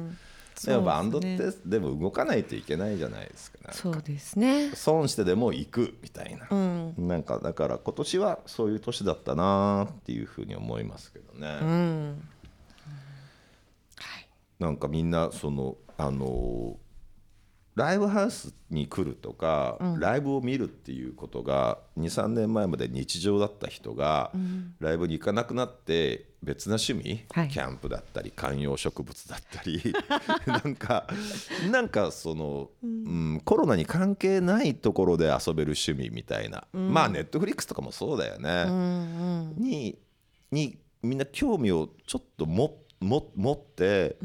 [SPEAKER 2] うですね
[SPEAKER 1] でもバンドってでも動かないといけないじゃないですかなんか
[SPEAKER 2] そうですね
[SPEAKER 1] 損してでも行くみたいな、なんかだから今年はそういう年だったなっていうふうに思いますけどね、なんかみんなそのあのライブハウスに来るとか、ライブを見るっていうことが23年前まで日常だった人が、ライブに行かなくなって別な趣味、
[SPEAKER 2] はい
[SPEAKER 1] キャンプだったり観葉植物だった りなんかなんかその、うん、コロナに関係ないところで遊べる趣味みたいな、まあネットフリックスとかもそうだよね。ににみんな興味をちょっともも持って、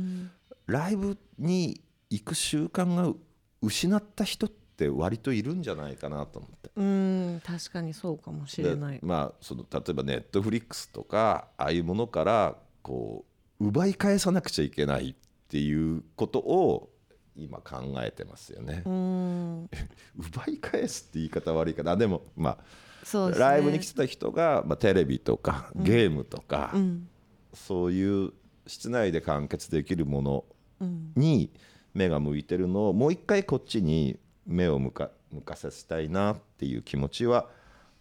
[SPEAKER 1] ライブに行く習慣が失った人って割といるんじゃないかなと思って。
[SPEAKER 2] うん確かにそうかもしれな
[SPEAKER 1] で
[SPEAKER 2] い
[SPEAKER 1] まあ、その例えばネットフリックスとかああいうものからこう奪い返さなくちゃいけないってっていうことを今考えてますよね。
[SPEAKER 2] うん
[SPEAKER 1] 奪い返すって言い方悪いかなでもまあ、
[SPEAKER 2] そうですね
[SPEAKER 1] ライブに来てた人が、まあ、テレビとかゲームとか、
[SPEAKER 2] うん
[SPEAKER 1] そういう室内で完結できるもの
[SPEAKER 2] うん
[SPEAKER 1] に目が向いてるのをもう一回こっちに目を向か向かせたいなっていう気持ちは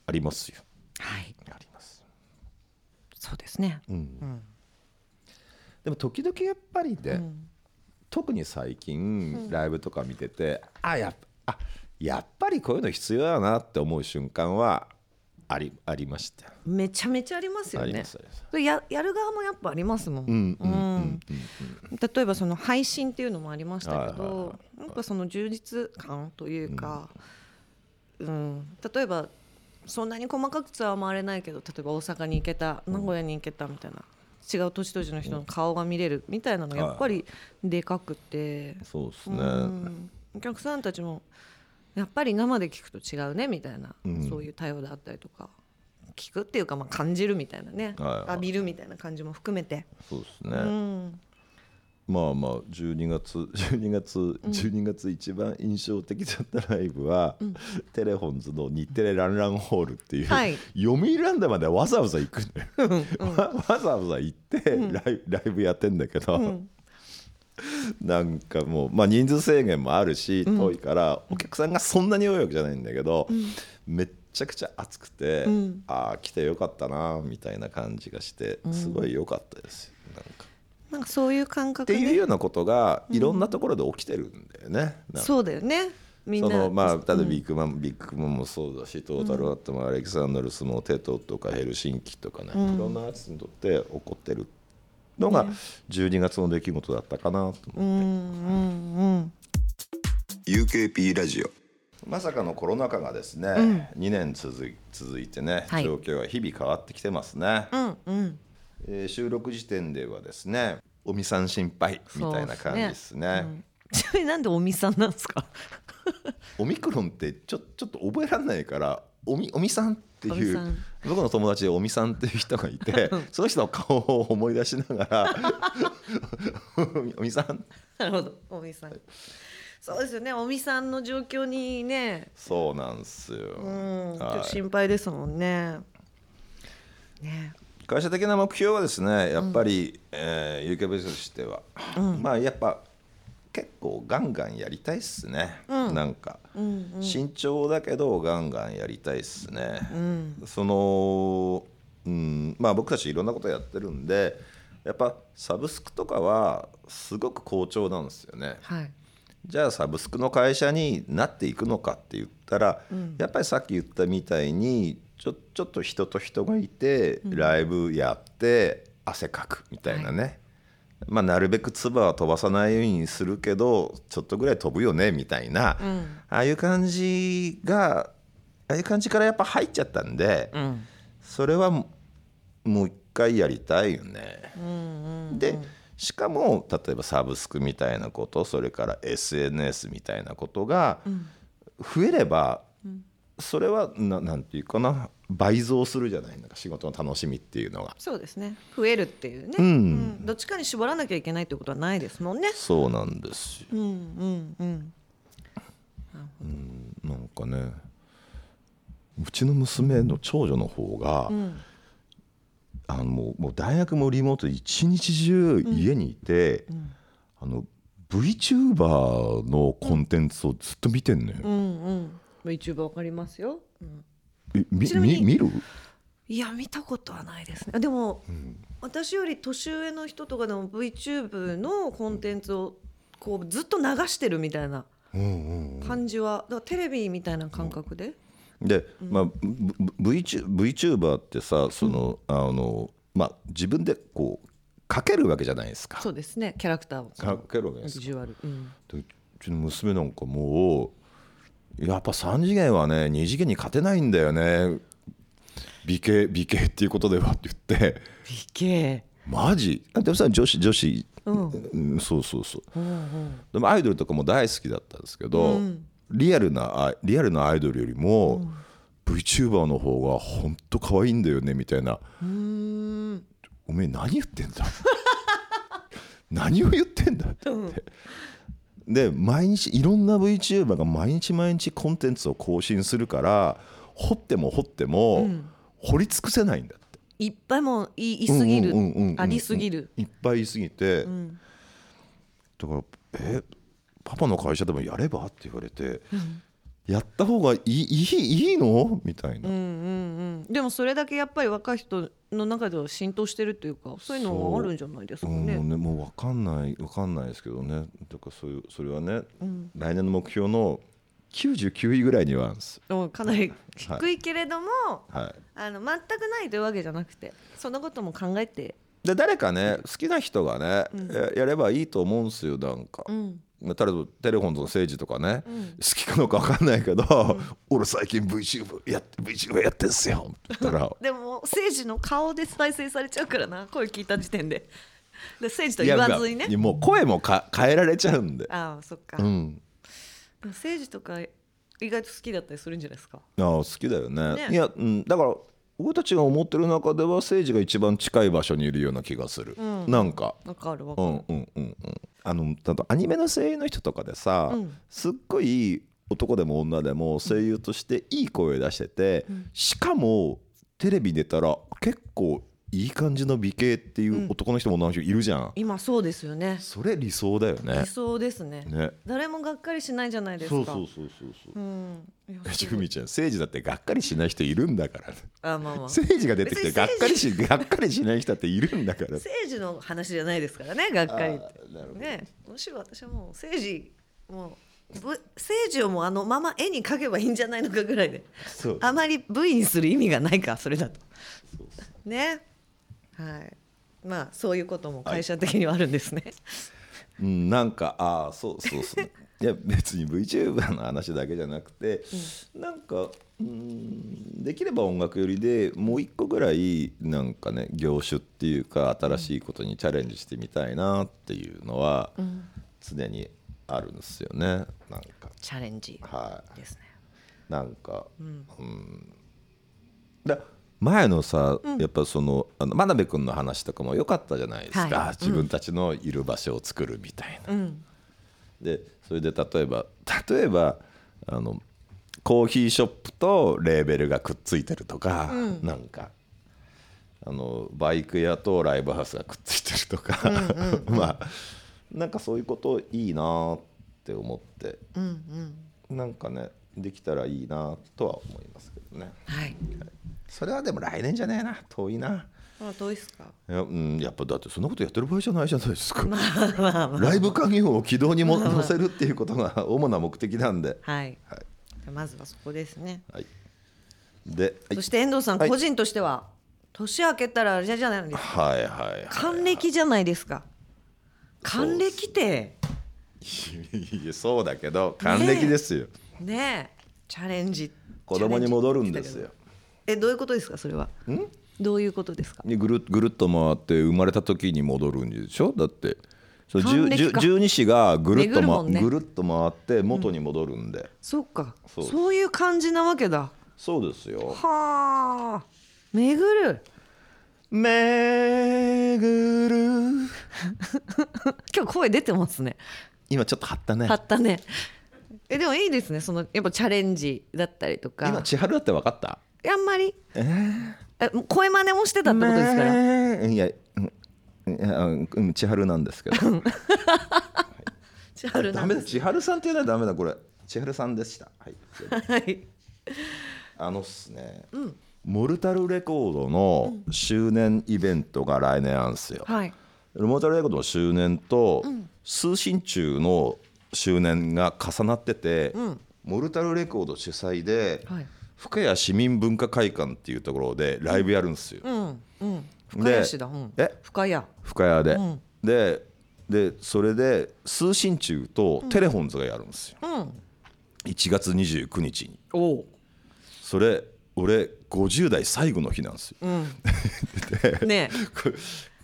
[SPEAKER 1] ありますよ。
[SPEAKER 2] はい
[SPEAKER 1] あります
[SPEAKER 2] そうですね
[SPEAKER 1] でも時々やっぱりね、
[SPEAKER 2] ん
[SPEAKER 1] 特に最近ライブとか見てて、あやっぱあやっぱりこういうの必要だなって思う瞬間はありありました。
[SPEAKER 2] めちゃめちゃありますよ
[SPEAKER 1] あり
[SPEAKER 2] ね
[SPEAKER 1] ますあります
[SPEAKER 2] それややる側もやっぱありますもん、
[SPEAKER 1] うんうんうん
[SPEAKER 2] うん例えばその配信っていうのもありましたけ
[SPEAKER 1] はいはい
[SPEAKER 2] どなんかその充実感というか、うん例えばそんなに細かくツアーは回れないけど例えば大阪に行けた名古屋に行けたみたいな違う土地土地の人の顔が見れるみたいなのがやっぱりでかくて、
[SPEAKER 1] そうです
[SPEAKER 2] う
[SPEAKER 1] ね、
[SPEAKER 2] ん、お客さんたちもやっぱり生で聞くと違うねみたいな、
[SPEAKER 1] うん
[SPEAKER 2] そういう対応であったりとか聞くっていうか、まあ、感じるみたいなね、
[SPEAKER 1] はいはい
[SPEAKER 2] 浴びるみたいな感じも含めて、
[SPEAKER 1] そうですね、
[SPEAKER 2] うん、
[SPEAKER 1] まあまあ12月12月12月一番印象的だったライブは、テレホンズの日テレランランホールっていう、
[SPEAKER 2] はい
[SPEAKER 1] 読売ランドまでわざわざ行くんだよ、 わわざわざ行ってライ,、ライブやってんだけど、なんかもう、まあ、人数制限もあるし遠いから、お客さんがそんなに多いわけじゃないんだけど、めっちゃくちゃ暑くて、
[SPEAKER 2] ん
[SPEAKER 1] ああ来てよかったなみたいな感じがしてすごい良かったですよなんか
[SPEAKER 2] なんかそういう感
[SPEAKER 1] って
[SPEAKER 2] 覚
[SPEAKER 1] いう
[SPEAKER 2] ね
[SPEAKER 1] ようなことがいろんなところで起きてるんだよね。なんか
[SPEAKER 2] そうだよねみん
[SPEAKER 1] そ
[SPEAKER 2] な
[SPEAKER 1] のまあ、例えばビッグマン、ビッグマンもそうだしトータルアットもアレキサンドルスもテトとかヘルシンキとかね、いろんなアーティストにとって起こってるのが12月の出来事だったかなと思う
[SPEAKER 2] うんうんうん
[SPEAKER 3] UKP ラジオ
[SPEAKER 1] まさかのコロナ禍がですね、2年続い続いてね、
[SPEAKER 2] はい
[SPEAKER 1] 状況が日々変わってきてますね、
[SPEAKER 2] うんうん
[SPEAKER 1] えー収録時点ではですねおみさん心配みたいな感じですね
[SPEAKER 2] ちなみになんでおみさんなんですか
[SPEAKER 1] オミクロンってちょちょっと覚えられないからおみおみさんって
[SPEAKER 2] おみ
[SPEAKER 1] い
[SPEAKER 2] さ
[SPEAKER 1] うん僕の友達でおみさんっていう人がいてその人の顔を思い出しながら おみおみさん
[SPEAKER 2] なるほどおみさんそうですよねおみさんの状況にね
[SPEAKER 1] そうなんですよ、
[SPEAKER 2] うん、ちょっと
[SPEAKER 1] はい
[SPEAKER 2] 心配ですもんね。ね、
[SPEAKER 1] 会社的な目標はですねやっぱり、えー、有形ベースとしては、まあやっぱ結構ガンガンやりたいっすね、なんか、慎重だけどガンガンやりたいっすね、その、うん、まあ僕たちいろんなことやってるんでやっぱサブスクとかはすごく好調なんですよね
[SPEAKER 2] はい。
[SPEAKER 1] じゃあサブスクの会社になっていくのかって言ったら、やっぱりさっき言ったみたいにちょちょっと人と人がいて、ライブやって汗かくみたいなね、まあ、なるべく唾は飛ばさないようにするけどちょっとぐらい飛ぶよねみたいな、ああいう感じがああいう感じからやっぱ入っちゃったんで、
[SPEAKER 2] ん
[SPEAKER 1] それはももう一回やりたいよね。でしかも例えばサブスクみたいなことそれから SNS みたいなことが増えれば、それはななんていうかな倍増するじゃないなんか仕事の楽しみっていうのが。
[SPEAKER 2] そうですね。増えるっていうね。
[SPEAKER 1] ん
[SPEAKER 2] どっちかに絞らなきゃいけないってことはないですもんね。
[SPEAKER 1] そうなんですよ
[SPEAKER 2] うんうんうん。
[SPEAKER 1] なんかねうちの娘の長女の方が、あのもうもう大学もリモートで一日中家にいて、あの VTuber のコンテンツをずっと見てんのよ。
[SPEAKER 2] うんうん。VTuber わかりますよ。うん、
[SPEAKER 1] えみ
[SPEAKER 2] ちなみに
[SPEAKER 1] み見る
[SPEAKER 2] いや見たことはないですね。あでも、私より年上の人とかでも VTube のコンテンツをこうずっと流してるみたいな感じは、だからテレビみたいな感覚で。
[SPEAKER 1] で、まあ、ブブ VTu- VTuber ってさその、あの、まあ、自分でこうかけるわけじゃないですか。
[SPEAKER 2] そうですね。キャラクターを。
[SPEAKER 1] かけるわけです
[SPEAKER 2] ビジュアル。うん。
[SPEAKER 1] でうちの娘なんかもうやっぱ3次元はね2次元に勝てないんだよね美形美形っていうことではって言って
[SPEAKER 2] 美形。
[SPEAKER 1] マジあでもさ女子女子、
[SPEAKER 2] うん
[SPEAKER 1] うんそうそうそう、でもアイドルとかも大好きだったんですけど、リアルなあリアルなアイドルよりも、VTuber の方が本当可愛いんだよねみたいなおめえ何言ってんだ 何を言ってんだって言って、で毎日いろんな VTuber が毎日毎日コンテンツを更新するから掘っても掘っても、掘り尽くせないんだって
[SPEAKER 2] いっぱいもう言い言いすぎる、
[SPEAKER 1] うんうんうんうんうん
[SPEAKER 2] ありすぎる、
[SPEAKER 1] いっぱい言いすぎて、だから「えパパの会社でもやれば?」って言われて「やった方がいいいいいいの?」みたいな、
[SPEAKER 2] うんでもそれだけやっぱり若い人の中では浸透してるっていうかそういうのはあるんじゃないですかね。
[SPEAKER 1] うん、もうねもう分かんない分かんないですけどねだからそういうそれはね、来年の目標の99位ぐらいにはあるんです、
[SPEAKER 2] うんかなり低いけれども、
[SPEAKER 1] は
[SPEAKER 2] あの全くないというわけじゃなくてそんなことも考えて、
[SPEAKER 1] い、で誰かね好きな人がね、ややればいいと思うんですよなんか。
[SPEAKER 2] うん、
[SPEAKER 1] まあ例えばテレフォンズの政治とかね、
[SPEAKER 2] ん
[SPEAKER 1] 好きかどうか分かんないけど、 俺最近 VTuber やって VTuber やってんすよって言ったら
[SPEAKER 2] でも政治の顔で再生されちゃうからな声聞いた時点でで政 治と言わずにね
[SPEAKER 1] いやもう声もか変えられちゃうんで、
[SPEAKER 2] ああそっか、
[SPEAKER 1] うん、
[SPEAKER 2] 政治とか意外と好きだったりするんじゃないですか
[SPEAKER 1] ああ好きだよね
[SPEAKER 2] ね
[SPEAKER 1] いや、うん、だから俺たちが思ってる中では政治が一番近い場所にいるような気がする、
[SPEAKER 2] うん
[SPEAKER 1] なんか
[SPEAKER 2] わかるわか
[SPEAKER 1] う
[SPEAKER 2] る、
[SPEAKER 1] んうんうんうんあのただアニメの声優の人とかでさ、
[SPEAKER 2] うん
[SPEAKER 1] すっごい男でも女でも声優としていい声出してて、しかもテレビ出たら結構いい感じの美形っていう男の人も女の人いるじゃん、
[SPEAKER 2] 今そうですよね
[SPEAKER 1] それ理想だよね
[SPEAKER 2] 理想ですね
[SPEAKER 1] ね
[SPEAKER 2] 誰もがっかりしないじゃないですか
[SPEAKER 1] そうそうそうそうそう
[SPEAKER 2] うんいや
[SPEAKER 1] ちぐみちゃん政治だってがっかりしない人いるんだから、ね、
[SPEAKER 2] あまあまあ
[SPEAKER 1] 政治が出てきて
[SPEAKER 2] 別に
[SPEAKER 1] がっかりしがっかりしない人っているんだから
[SPEAKER 2] 政治の話じゃないですからねがっかりって
[SPEAKER 1] あーなるほど
[SPEAKER 2] ねむしろ私はもう政治もうぶ政治をもうあのまま絵に描けばいいんじゃないのかぐらいで
[SPEAKER 1] そう
[SPEAKER 2] あまり部位にする意味がないかそれだと
[SPEAKER 1] そうそ
[SPEAKER 2] ねはいまあそういうことも会社的にはあるんですね、
[SPEAKER 1] うん、なんかああそうそうそういや別に VTuber の話だけじゃなくて、なんかうんできれば音楽寄りでもう一個ぐらいなんかね業種っていうか新しいことにチャレンジしてみたいなっていうのは常にあるんですよねなんか
[SPEAKER 2] チャレンジ
[SPEAKER 1] はい。
[SPEAKER 2] ですね
[SPEAKER 1] なんか、うんだ前のさ、やっぱそのあの真鍋君の話とかも良かったじゃないですか、
[SPEAKER 2] はい
[SPEAKER 1] 自分たちのいる場所を作るみたいな。
[SPEAKER 2] うん
[SPEAKER 1] でそれで例えば例えばあのコーヒーショップとレーベルがくっついてるとか、なんかあのバイク屋とライブハウスがくっついてるとか、 まあなんかそういうこといいなーって思って
[SPEAKER 2] うん
[SPEAKER 1] なんかねできたらいいなとは思いますけどね
[SPEAKER 2] うんはい
[SPEAKER 1] それはでも来年じゃねえな遠いな
[SPEAKER 2] あどうですか
[SPEAKER 1] いや,、うん、やっぱだってそんなことやってる場合じゃないじゃないですか、
[SPEAKER 2] まあまあ
[SPEAKER 1] ライブ勧業を軌道にも乗せるっていうことが主な目的なんで、
[SPEAKER 2] はい
[SPEAKER 1] はい
[SPEAKER 2] まずはそこですね
[SPEAKER 1] はい、で、はい
[SPEAKER 2] そして遠藤さん、
[SPEAKER 1] はい
[SPEAKER 2] 個人としては年明けたらあれじゃないのですか
[SPEAKER 1] はいはいは
[SPEAKER 2] 還暦じゃないですか還暦って
[SPEAKER 1] いいやそうだけど還暦ですよ、
[SPEAKER 2] ねえチャレンジ
[SPEAKER 1] 子供に戻るんですよ
[SPEAKER 2] えどういうことですかそれはどういうことですか
[SPEAKER 1] にぐるぐるっと回って生まれた時に戻るんでしょだってそう
[SPEAKER 2] 還暦
[SPEAKER 1] 十
[SPEAKER 2] か
[SPEAKER 1] 十二支がぐるっと、
[SPEAKER 2] 巡る
[SPEAKER 1] ま
[SPEAKER 2] もんね
[SPEAKER 1] ぐるっと回って元に戻るんで、
[SPEAKER 2] そっか
[SPEAKER 1] そ
[SPEAKER 2] そうういう感じなわけだ
[SPEAKER 1] そうですよ
[SPEAKER 2] はあ巡る
[SPEAKER 1] めぐる
[SPEAKER 2] 今日声出てますね
[SPEAKER 1] 今ちょっと張ったね
[SPEAKER 2] 張ったねえでもいいですねそのやっぱチャレンジだったりとか
[SPEAKER 1] 今千春だって分かった
[SPEAKER 2] あんまり
[SPEAKER 1] えー、
[SPEAKER 2] えもう声真似もしてたってことですから
[SPEAKER 1] めいやうんいやうん千春なんですけど
[SPEAKER 2] 千 春な
[SPEAKER 1] ダ
[SPEAKER 2] んで
[SPEAKER 1] メだ千春さんっていうのはダメだこれ千春さんでしたはい
[SPEAKER 2] はい
[SPEAKER 1] あのっすね、モルタルレコードの周年イベントが来年あるんすよ、
[SPEAKER 2] はい
[SPEAKER 1] モルタルレコードの周年と、通信中の周年が重なってて、モルタルレコード主催で、
[SPEAKER 2] はい
[SPEAKER 1] 深谷市民文化会館っていうところでライブやるんですよ、
[SPEAKER 2] うんうん深
[SPEAKER 1] で
[SPEAKER 2] 谷市だ、うん、
[SPEAKER 1] え
[SPEAKER 2] 深谷
[SPEAKER 1] 深谷で、ででそれで通信中とテレホンズがやるんですよ、
[SPEAKER 2] うん
[SPEAKER 1] 1月29日に
[SPEAKER 2] おお
[SPEAKER 1] それ俺50代最後の日なんですよ、
[SPEAKER 2] ね
[SPEAKER 1] これ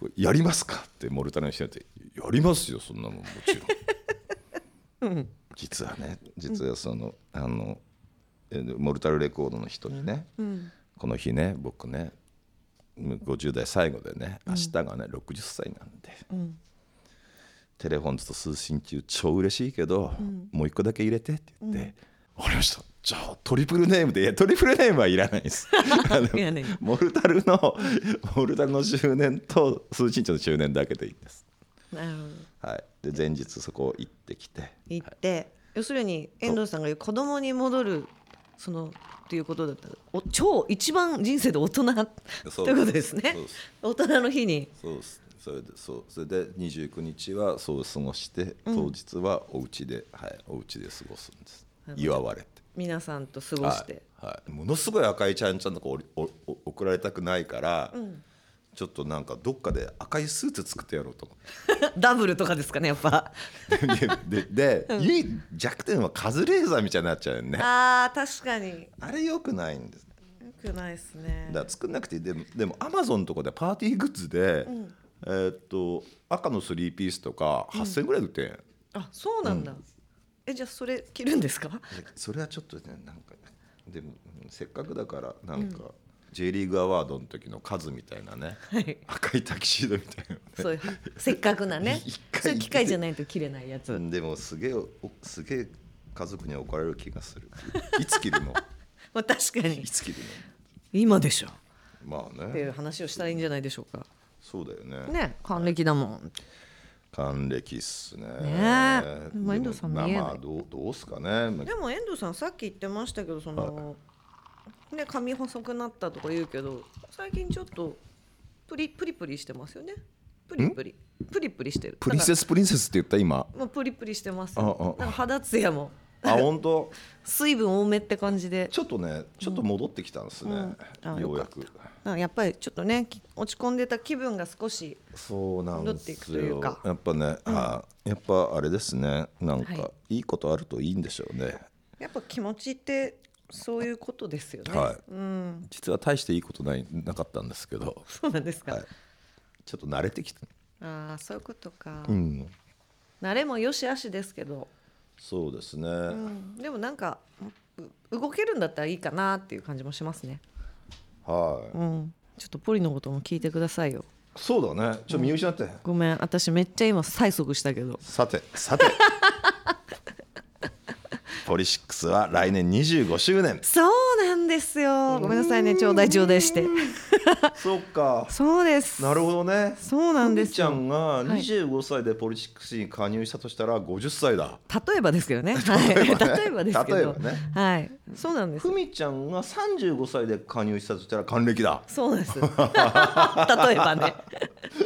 [SPEAKER 1] これやりますかってモルタルの人に言って「やりますよそんなもんもちろん」実はね実はその,、あのえーモルタルレコードの人にね、この日ね僕ね50代最後でね明日がね、60歳なんで、テレフォンズと通信中超嬉しいけど、もう一個だけ入れてって言って、わかりましたじゃあトリプルネームでいやトリプルネームはいらないです あの
[SPEAKER 2] いらない
[SPEAKER 1] モルタルのモルタルの周年と通信中の周年だけでいいです、
[SPEAKER 2] なるほど
[SPEAKER 1] はい、で前日そこ行ってきて
[SPEAKER 2] 行って、要するに遠藤さんが言う子供に戻るそのっていうことだったらお超一番人生で大人
[SPEAKER 1] そう
[SPEAKER 2] ということですね
[SPEAKER 1] そうです
[SPEAKER 2] 大人の日に
[SPEAKER 1] そうですそれでそうそれで29日はそう過ごして当日はお家で、はいお家で過ごすんです
[SPEAKER 2] なるほど
[SPEAKER 1] 祝われて
[SPEAKER 2] 皆さんと過ごして、
[SPEAKER 1] はいはい、ものすごい赤いちゃんちゃんとかおりおお送られたくないから、ちょっとなんかどっかで赤いスーツ作ってやろうと思っ
[SPEAKER 2] ダブルとかですかねやっぱ
[SPEAKER 1] てででで、唯一弱点はカズレーザーみたいになっちゃうよねあ
[SPEAKER 2] あー確かに
[SPEAKER 1] れよくないんです
[SPEAKER 2] よくないですね
[SPEAKER 1] だから作んなくていいでもでもアマゾンとかでパーティーグッズで、えーっと赤のスリーピースとか8,000ぐらいで売ってんやん
[SPEAKER 2] あそうなんだ、えじゃあそれ着るんですか
[SPEAKER 1] でそれはちょっとねなんかでもせっかくだからなんか、J リーグアワードの時の数みたいなね、
[SPEAKER 2] はい
[SPEAKER 1] 赤いタキシードみたいなのね
[SPEAKER 2] そういうせっかくなね
[SPEAKER 1] 一回
[SPEAKER 2] そういう機会じゃないと着れないやつ
[SPEAKER 1] でもすげえおすげえ家族に怒られる気がするいつ切る の
[SPEAKER 2] まあ確かに
[SPEAKER 1] いつ切る
[SPEAKER 2] 今でしょっ
[SPEAKER 1] のまあ
[SPEAKER 2] ていう
[SPEAKER 1] ね
[SPEAKER 2] 話をしたらいいんじゃないでしょうか
[SPEAKER 1] そうだよね
[SPEAKER 2] ね還暦だもん
[SPEAKER 1] 還暦っすね
[SPEAKER 2] ねえでも遠藤さん
[SPEAKER 1] でも
[SPEAKER 2] 見えない
[SPEAKER 1] まあどうどうっすかねまあ
[SPEAKER 2] でも遠藤さんさっき言ってましたけどその、ね髪細くなったとか言うけど最近ちょっとプリプリプリしてますよねプリプリプリプリしてる
[SPEAKER 1] プリンセスプリンセスって言った今
[SPEAKER 2] なんかもうプリプリしてます
[SPEAKER 1] ああ
[SPEAKER 2] なんか肌ツヤも
[SPEAKER 1] あ本当
[SPEAKER 2] 水分多めって感じで
[SPEAKER 1] ちょっとねちょっと戻ってきたんですね、
[SPEAKER 2] うんあ
[SPEAKER 1] ようや
[SPEAKER 2] よ
[SPEAKER 1] く
[SPEAKER 2] なんかやっぱりちょっとねき落ち込んでた気分が少し
[SPEAKER 1] そうなん
[SPEAKER 2] 戻っ
[SPEAKER 1] です
[SPEAKER 2] てい
[SPEAKER 1] よ
[SPEAKER 2] くというか
[SPEAKER 1] やっぱね、あやっぱあれですねなんか、、
[SPEAKER 2] はい
[SPEAKER 1] いことあるといいんでしょうね
[SPEAKER 2] やっぱ気持ちってそういうことですよね、
[SPEAKER 1] はい
[SPEAKER 2] うん
[SPEAKER 1] 実は大していいことないなかったんですけど
[SPEAKER 2] そうなんですか、
[SPEAKER 1] はいちょっと慣れてきた
[SPEAKER 2] ああそういうことか、
[SPEAKER 1] うん
[SPEAKER 2] 慣れもよしあしですけど
[SPEAKER 1] そうですね、
[SPEAKER 2] うんでもなんかう動けるんだったらいいかなっていう感じもしますね。
[SPEAKER 1] はい、
[SPEAKER 2] うん。ちょっとポリのことも聞いてくださいよ。
[SPEAKER 1] そうだねちょっと見失って、
[SPEAKER 2] ごめん、私めっちゃ今催促したけど。
[SPEAKER 1] さてさ てポリシックスは来年25周 年
[SPEAKER 2] そうなんですよ。ごめんなさいね、ちょうだいちょうだいして。
[SPEAKER 1] そっか
[SPEAKER 2] そうです。
[SPEAKER 1] なるほどね
[SPEAKER 2] そうなんです
[SPEAKER 1] ちゃ
[SPEAKER 2] よ。
[SPEAKER 1] んが
[SPEAKER 2] はい
[SPEAKER 1] 25歳でポリシックスに加入したとしたら50歳だ
[SPEAKER 2] 例えばですけどね。はい。例えばですけど。
[SPEAKER 1] 例えばね
[SPEAKER 2] はい。そうなんです
[SPEAKER 1] ふ。みちゃんが35歳で加入したとしたら還暦 だ
[SPEAKER 2] そうなんです。例えば ね。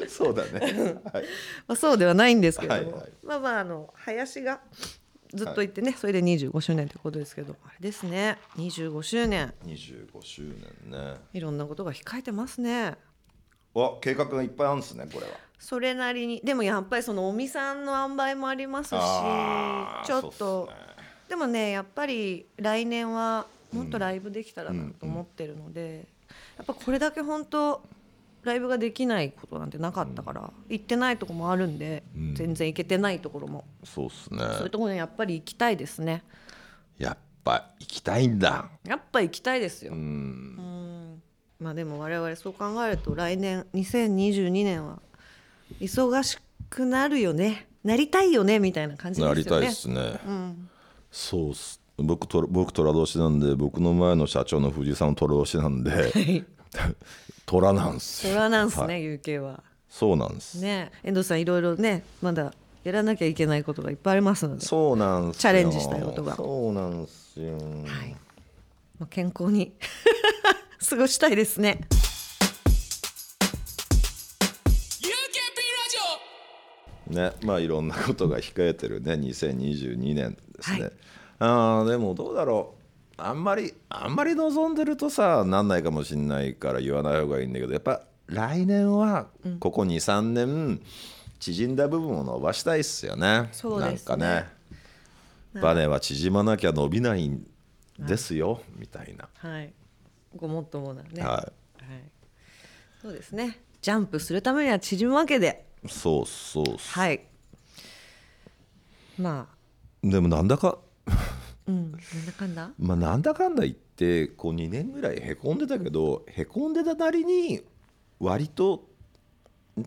[SPEAKER 1] そうだね、はい、
[SPEAKER 2] まあ、そうではないんですけども、
[SPEAKER 1] はいはい
[SPEAKER 2] まあまああの林がずっと言ってね、それで25周年ということですけどあれですね25周年
[SPEAKER 1] 25周年ね
[SPEAKER 2] いろんなことが控えてますね
[SPEAKER 1] わ計画がいっぱいあるんですねこれは
[SPEAKER 2] それなりにでもやっぱりそのおみさんの塩梅もありますし
[SPEAKER 1] あー
[SPEAKER 2] ちょっと
[SPEAKER 1] そうっすね
[SPEAKER 2] でもねやっぱり来年はもっとライブできたらなと思ってるので、やっぱこれだけ本当ライブができないことなんてなかったから、行ってないとこもあるんで、
[SPEAKER 1] うん
[SPEAKER 2] 全然行けてないところも
[SPEAKER 1] そうっす
[SPEAKER 2] そうい
[SPEAKER 1] ね
[SPEAKER 2] うところにやっぱり行きたいですね。
[SPEAKER 1] やっぱ行きたいんだ
[SPEAKER 2] やっぱ行きたいですよ。
[SPEAKER 1] う
[SPEAKER 2] うんんまあでも我々そう考えると来年2022年は忙しくなるよね。なりたいよねみたいな感じですよ
[SPEAKER 1] な
[SPEAKER 2] ね。
[SPEAKER 1] りたいですね
[SPEAKER 2] うん。
[SPEAKER 1] そうっす僕と僕虎年なんで僕の前の社長の藤井さんも虎年なんで
[SPEAKER 2] はい。
[SPEAKER 1] 虎なんす
[SPEAKER 2] そ
[SPEAKER 1] よ
[SPEAKER 2] れはなんすね、
[SPEAKER 1] はい
[SPEAKER 2] UK は。
[SPEAKER 1] そうなんです、
[SPEAKER 2] ね遠藤さんいろいろねまだやらなきゃいけないことがいっぱいありますので、
[SPEAKER 1] そうなんすよ
[SPEAKER 2] チャレンジしたいことが
[SPEAKER 1] そうなんすよ、はい、
[SPEAKER 2] まあ、健康に 過ごしたいですね。
[SPEAKER 1] ねまあいろんなことが控えてるね2022年ですね、
[SPEAKER 2] はい
[SPEAKER 1] あーでもどうだろうあんまりあんまり望んでるとさなんないかもしんないから言わない方がいいんだけどやっぱ来年はここ23年縮んだ部分を伸ばしたいっすよね、
[SPEAKER 2] そう
[SPEAKER 1] なん
[SPEAKER 2] です
[SPEAKER 1] か
[SPEAKER 2] ね
[SPEAKER 1] ねバネは縮まなきゃ伸びないんですよ、みたいな、
[SPEAKER 2] はい。ごもっともなね。
[SPEAKER 1] は
[SPEAKER 2] はい。そうですね。ジャンプするためには縮むわけで。
[SPEAKER 1] いそうそうそう
[SPEAKER 2] はい。まあ、
[SPEAKER 1] でもなんだか
[SPEAKER 2] うん、なんだかんだ。
[SPEAKER 1] まあ、なんだかんだ言ってこう2年ぐらいへこんでたけどへこんでたなりに割と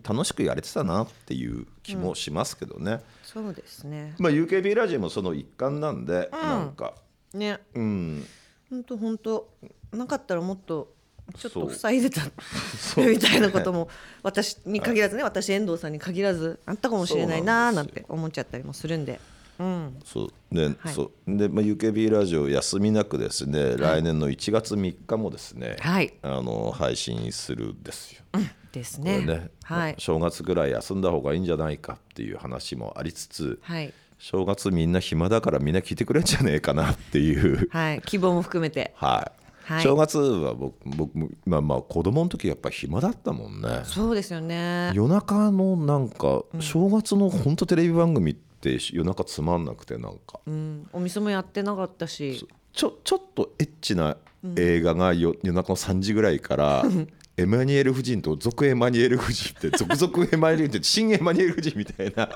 [SPEAKER 1] 楽しくやれてたなっていう気もしますけどね、
[SPEAKER 2] そうですね
[SPEAKER 1] まあ UKB ラジオもその一環なんで、なんか
[SPEAKER 2] ね
[SPEAKER 1] うん
[SPEAKER 2] 本当本当なかったらもっとちょっ
[SPEAKER 1] そ
[SPEAKER 2] と
[SPEAKER 1] う
[SPEAKER 2] 塞いでた
[SPEAKER 1] そう
[SPEAKER 2] みたいなことも私に限らずね私遠藤さんに限らずあったかもしれないな
[SPEAKER 1] そ
[SPEAKER 2] ー
[SPEAKER 1] うな
[SPEAKER 2] な
[SPEAKER 1] ん
[SPEAKER 2] ん
[SPEAKER 1] です
[SPEAKER 2] て
[SPEAKER 1] よ
[SPEAKER 2] 思っちゃったりもするんでうん
[SPEAKER 1] そうで、
[SPEAKER 2] はい
[SPEAKER 1] そうで、まあ、UKB ラジオ休みなくですね、来年の1月3日もですね、
[SPEAKER 2] はい
[SPEAKER 1] あの配信するんですよ。
[SPEAKER 2] です
[SPEAKER 1] これ
[SPEAKER 2] ねはい
[SPEAKER 1] 正月ぐらい休んだ方がいいんじゃないかっていう話もありつつ、
[SPEAKER 2] はい
[SPEAKER 1] 正月みんな暇だからみんな聞いてくれんじゃねえかなって いう、
[SPEAKER 2] はい希望も含めて
[SPEAKER 1] はい
[SPEAKER 2] はい
[SPEAKER 1] 正月は僕僕もまあまあ子供の時やっぱ暇だったもんね。
[SPEAKER 2] そうですよね
[SPEAKER 1] 夜中のなんか正月の本当テレビ番組って夜中つまんなくてなんか
[SPEAKER 2] うんお店もやってなかったし
[SPEAKER 1] ちょちょっとエッチな映画がよ、夜中の3時ぐらい からエマニュエル夫人と続エマニュエル夫人って続々エマニュエル夫人って新エマニュエル夫人みたい な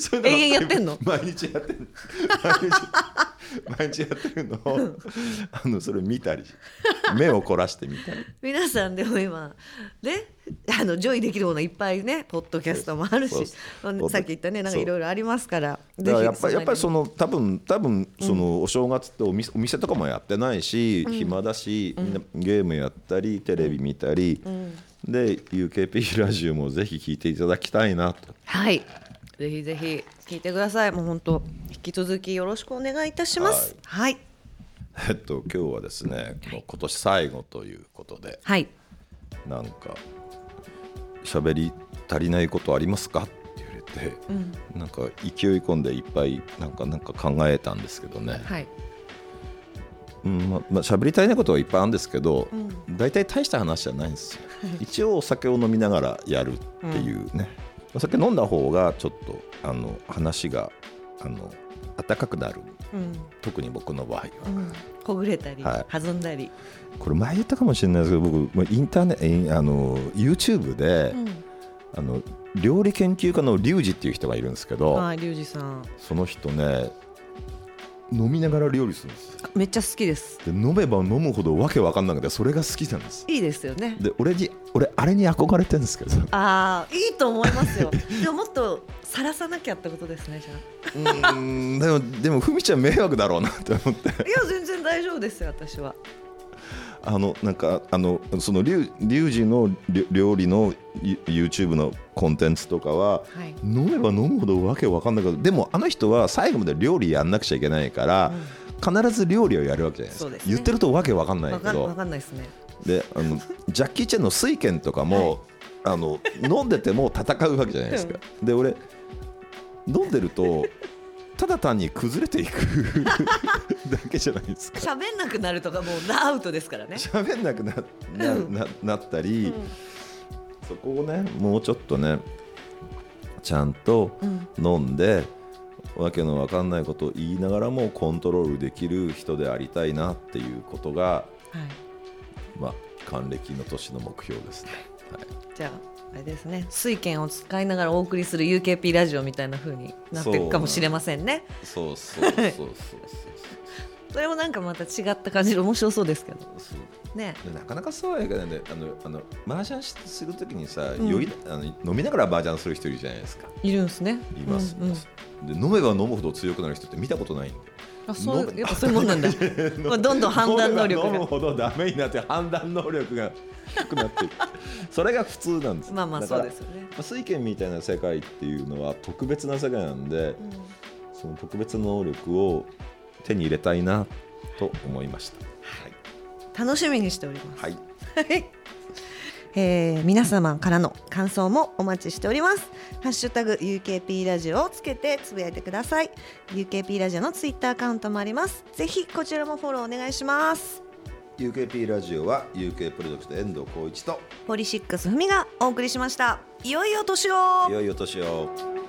[SPEAKER 1] そういうのばかり
[SPEAKER 2] 永遠やってんの
[SPEAKER 1] 毎日やってる毎日毎日やってるの をあのそれ見たり目を凝らしてみたり
[SPEAKER 2] 皆さんでも今ねあのジョイできるものいっぱいねポッドキャストもある
[SPEAKER 1] そう
[SPEAKER 2] し
[SPEAKER 1] です
[SPEAKER 2] ま
[SPEAKER 1] そ
[SPEAKER 2] あ
[SPEAKER 1] う
[SPEAKER 2] さっき言ったねなんか
[SPEAKER 1] そう
[SPEAKER 2] いろいろありますからぜ
[SPEAKER 1] だからやっ
[SPEAKER 2] ひ
[SPEAKER 1] ぱりやっぱりそ
[SPEAKER 2] の
[SPEAKER 1] の多分多分そのお正月ってお店お店とかもやってないし、暇だし、みんなゲームやったりテレビ見たり、で UKP ラジオもぜひ聞いていただきたいなと
[SPEAKER 2] はいぜひぜひ聞いてくださいもう本当引き続きよろしくお願いいたしますはい
[SPEAKER 1] えっと今日はですね、もう今年最後ということで
[SPEAKER 2] はい
[SPEAKER 1] なんか喋り足りないことありますかって言われて、なんか勢い込んでいっぱいなんかなんか考えたんですけどね、
[SPEAKER 2] はい
[SPEAKER 1] うんままあ、喋りたいなことはいっぱいあるんですけど、大体大した話じゃないんですよ一応お酒を飲みながらやるっていうね、お酒飲んだ方がちょっとあの話があの温かくなる
[SPEAKER 2] うん
[SPEAKER 1] 特に僕の場合は、
[SPEAKER 2] うんほぐれたり
[SPEAKER 1] は
[SPEAKER 2] 弾んだり
[SPEAKER 1] これ前言ったかもしれないですけど僕まあインターネえーあの YouTube で、
[SPEAKER 2] うん
[SPEAKER 1] あの料理研究家のリュウジっていう人がいるんですけど、
[SPEAKER 2] はいリュウジさん
[SPEAKER 1] その人ね飲みながら料理するんですよ
[SPEAKER 2] めっちゃ好きです
[SPEAKER 1] で飲めば飲むほどわけわかんなくてそれが好きなんです
[SPEAKER 2] いいですよね
[SPEAKER 1] で俺に俺あれに憧れてるんですけど
[SPEAKER 2] ああいいと思いますよでももっとさらさなきゃってことですねじゃあ
[SPEAKER 1] うんでもでもふみちゃん迷惑だろうなって思って
[SPEAKER 2] いや全然大丈夫ですよ私は。
[SPEAKER 1] あのなんかあのそのリュウリュウジの料料理のユ YouTube のコンテンツとかは
[SPEAKER 2] はい。
[SPEAKER 1] 飲めば飲むほどわけわかんないけどでもあの人は最後まで料理やんなくちゃいけないから、必ず料理をやるわけじゃないです
[SPEAKER 2] そ
[SPEAKER 1] か
[SPEAKER 2] うですね
[SPEAKER 1] 言ってるとわけわかんない
[SPEAKER 2] わ
[SPEAKER 1] け
[SPEAKER 2] かんわ
[SPEAKER 1] ど
[SPEAKER 2] かんないですね。
[SPEAKER 1] であのジャッキー・チェンの水拳とかも、あの飲んでても戦うわけじゃないですか、で俺飲んでるとただ単に崩れてい くだけじゃないですか
[SPEAKER 2] 喋んなくなるとかもうアウトですからね。
[SPEAKER 1] 喋んなくななななったり、そこをねもうちょっとねちゃんと飲んで、わけのわかんないことを言いながらもコントロールできる人でありたいなっていうことが
[SPEAKER 2] はい。
[SPEAKER 1] まあ還暦の年の目標ですね。はい
[SPEAKER 2] じゃああれですね。水券を使いながらお送りする UKP ラジオみたいな風になっていくかもしれませんね。
[SPEAKER 1] そうそうそうそうそう
[SPEAKER 2] それもなんかまた違った感じで面白そうですけど
[SPEAKER 1] そう
[SPEAKER 2] ね。
[SPEAKER 1] でなかなかそうはいかないんであのあの麻雀しするときにさ、酔いあの飲みながら麻雀する人いるじゃないですか
[SPEAKER 2] いるんですね。
[SPEAKER 1] います、
[SPEAKER 2] うんうん
[SPEAKER 1] いますで飲めば飲むほど強くなる人って見たことないんで
[SPEAKER 2] あそうい
[SPEAKER 1] 飲
[SPEAKER 2] う
[SPEAKER 1] む
[SPEAKER 2] やっぱそういうもん なんだ。まあどんどん判断能力
[SPEAKER 1] 飲めば飲むほ
[SPEAKER 2] が。
[SPEAKER 1] どダメになって判断能力が低くなってい くそれが普通なんです
[SPEAKER 2] まあまあ
[SPEAKER 1] だから
[SPEAKER 2] そうですよね
[SPEAKER 1] まあ水拳みたいな世界っていうのは特別な世界なんで、その特別な能力を手に入れたいなと思いましたはい
[SPEAKER 2] 楽しみにしております。
[SPEAKER 1] はい、
[SPEAKER 2] はいえー皆様からの感想もお待ちしております。ハッシュタグ UKP ラジオをつけてつぶやいてください。UKP ラジオのツイッターアカウントもあります。ぜひこちらもフォローお願いします。
[SPEAKER 1] UKP ラジオは UK プロジェクト遠藤浩一と
[SPEAKER 2] ポリシックスふみがお送りしました。いよいよ年を。
[SPEAKER 1] いよいよ年を。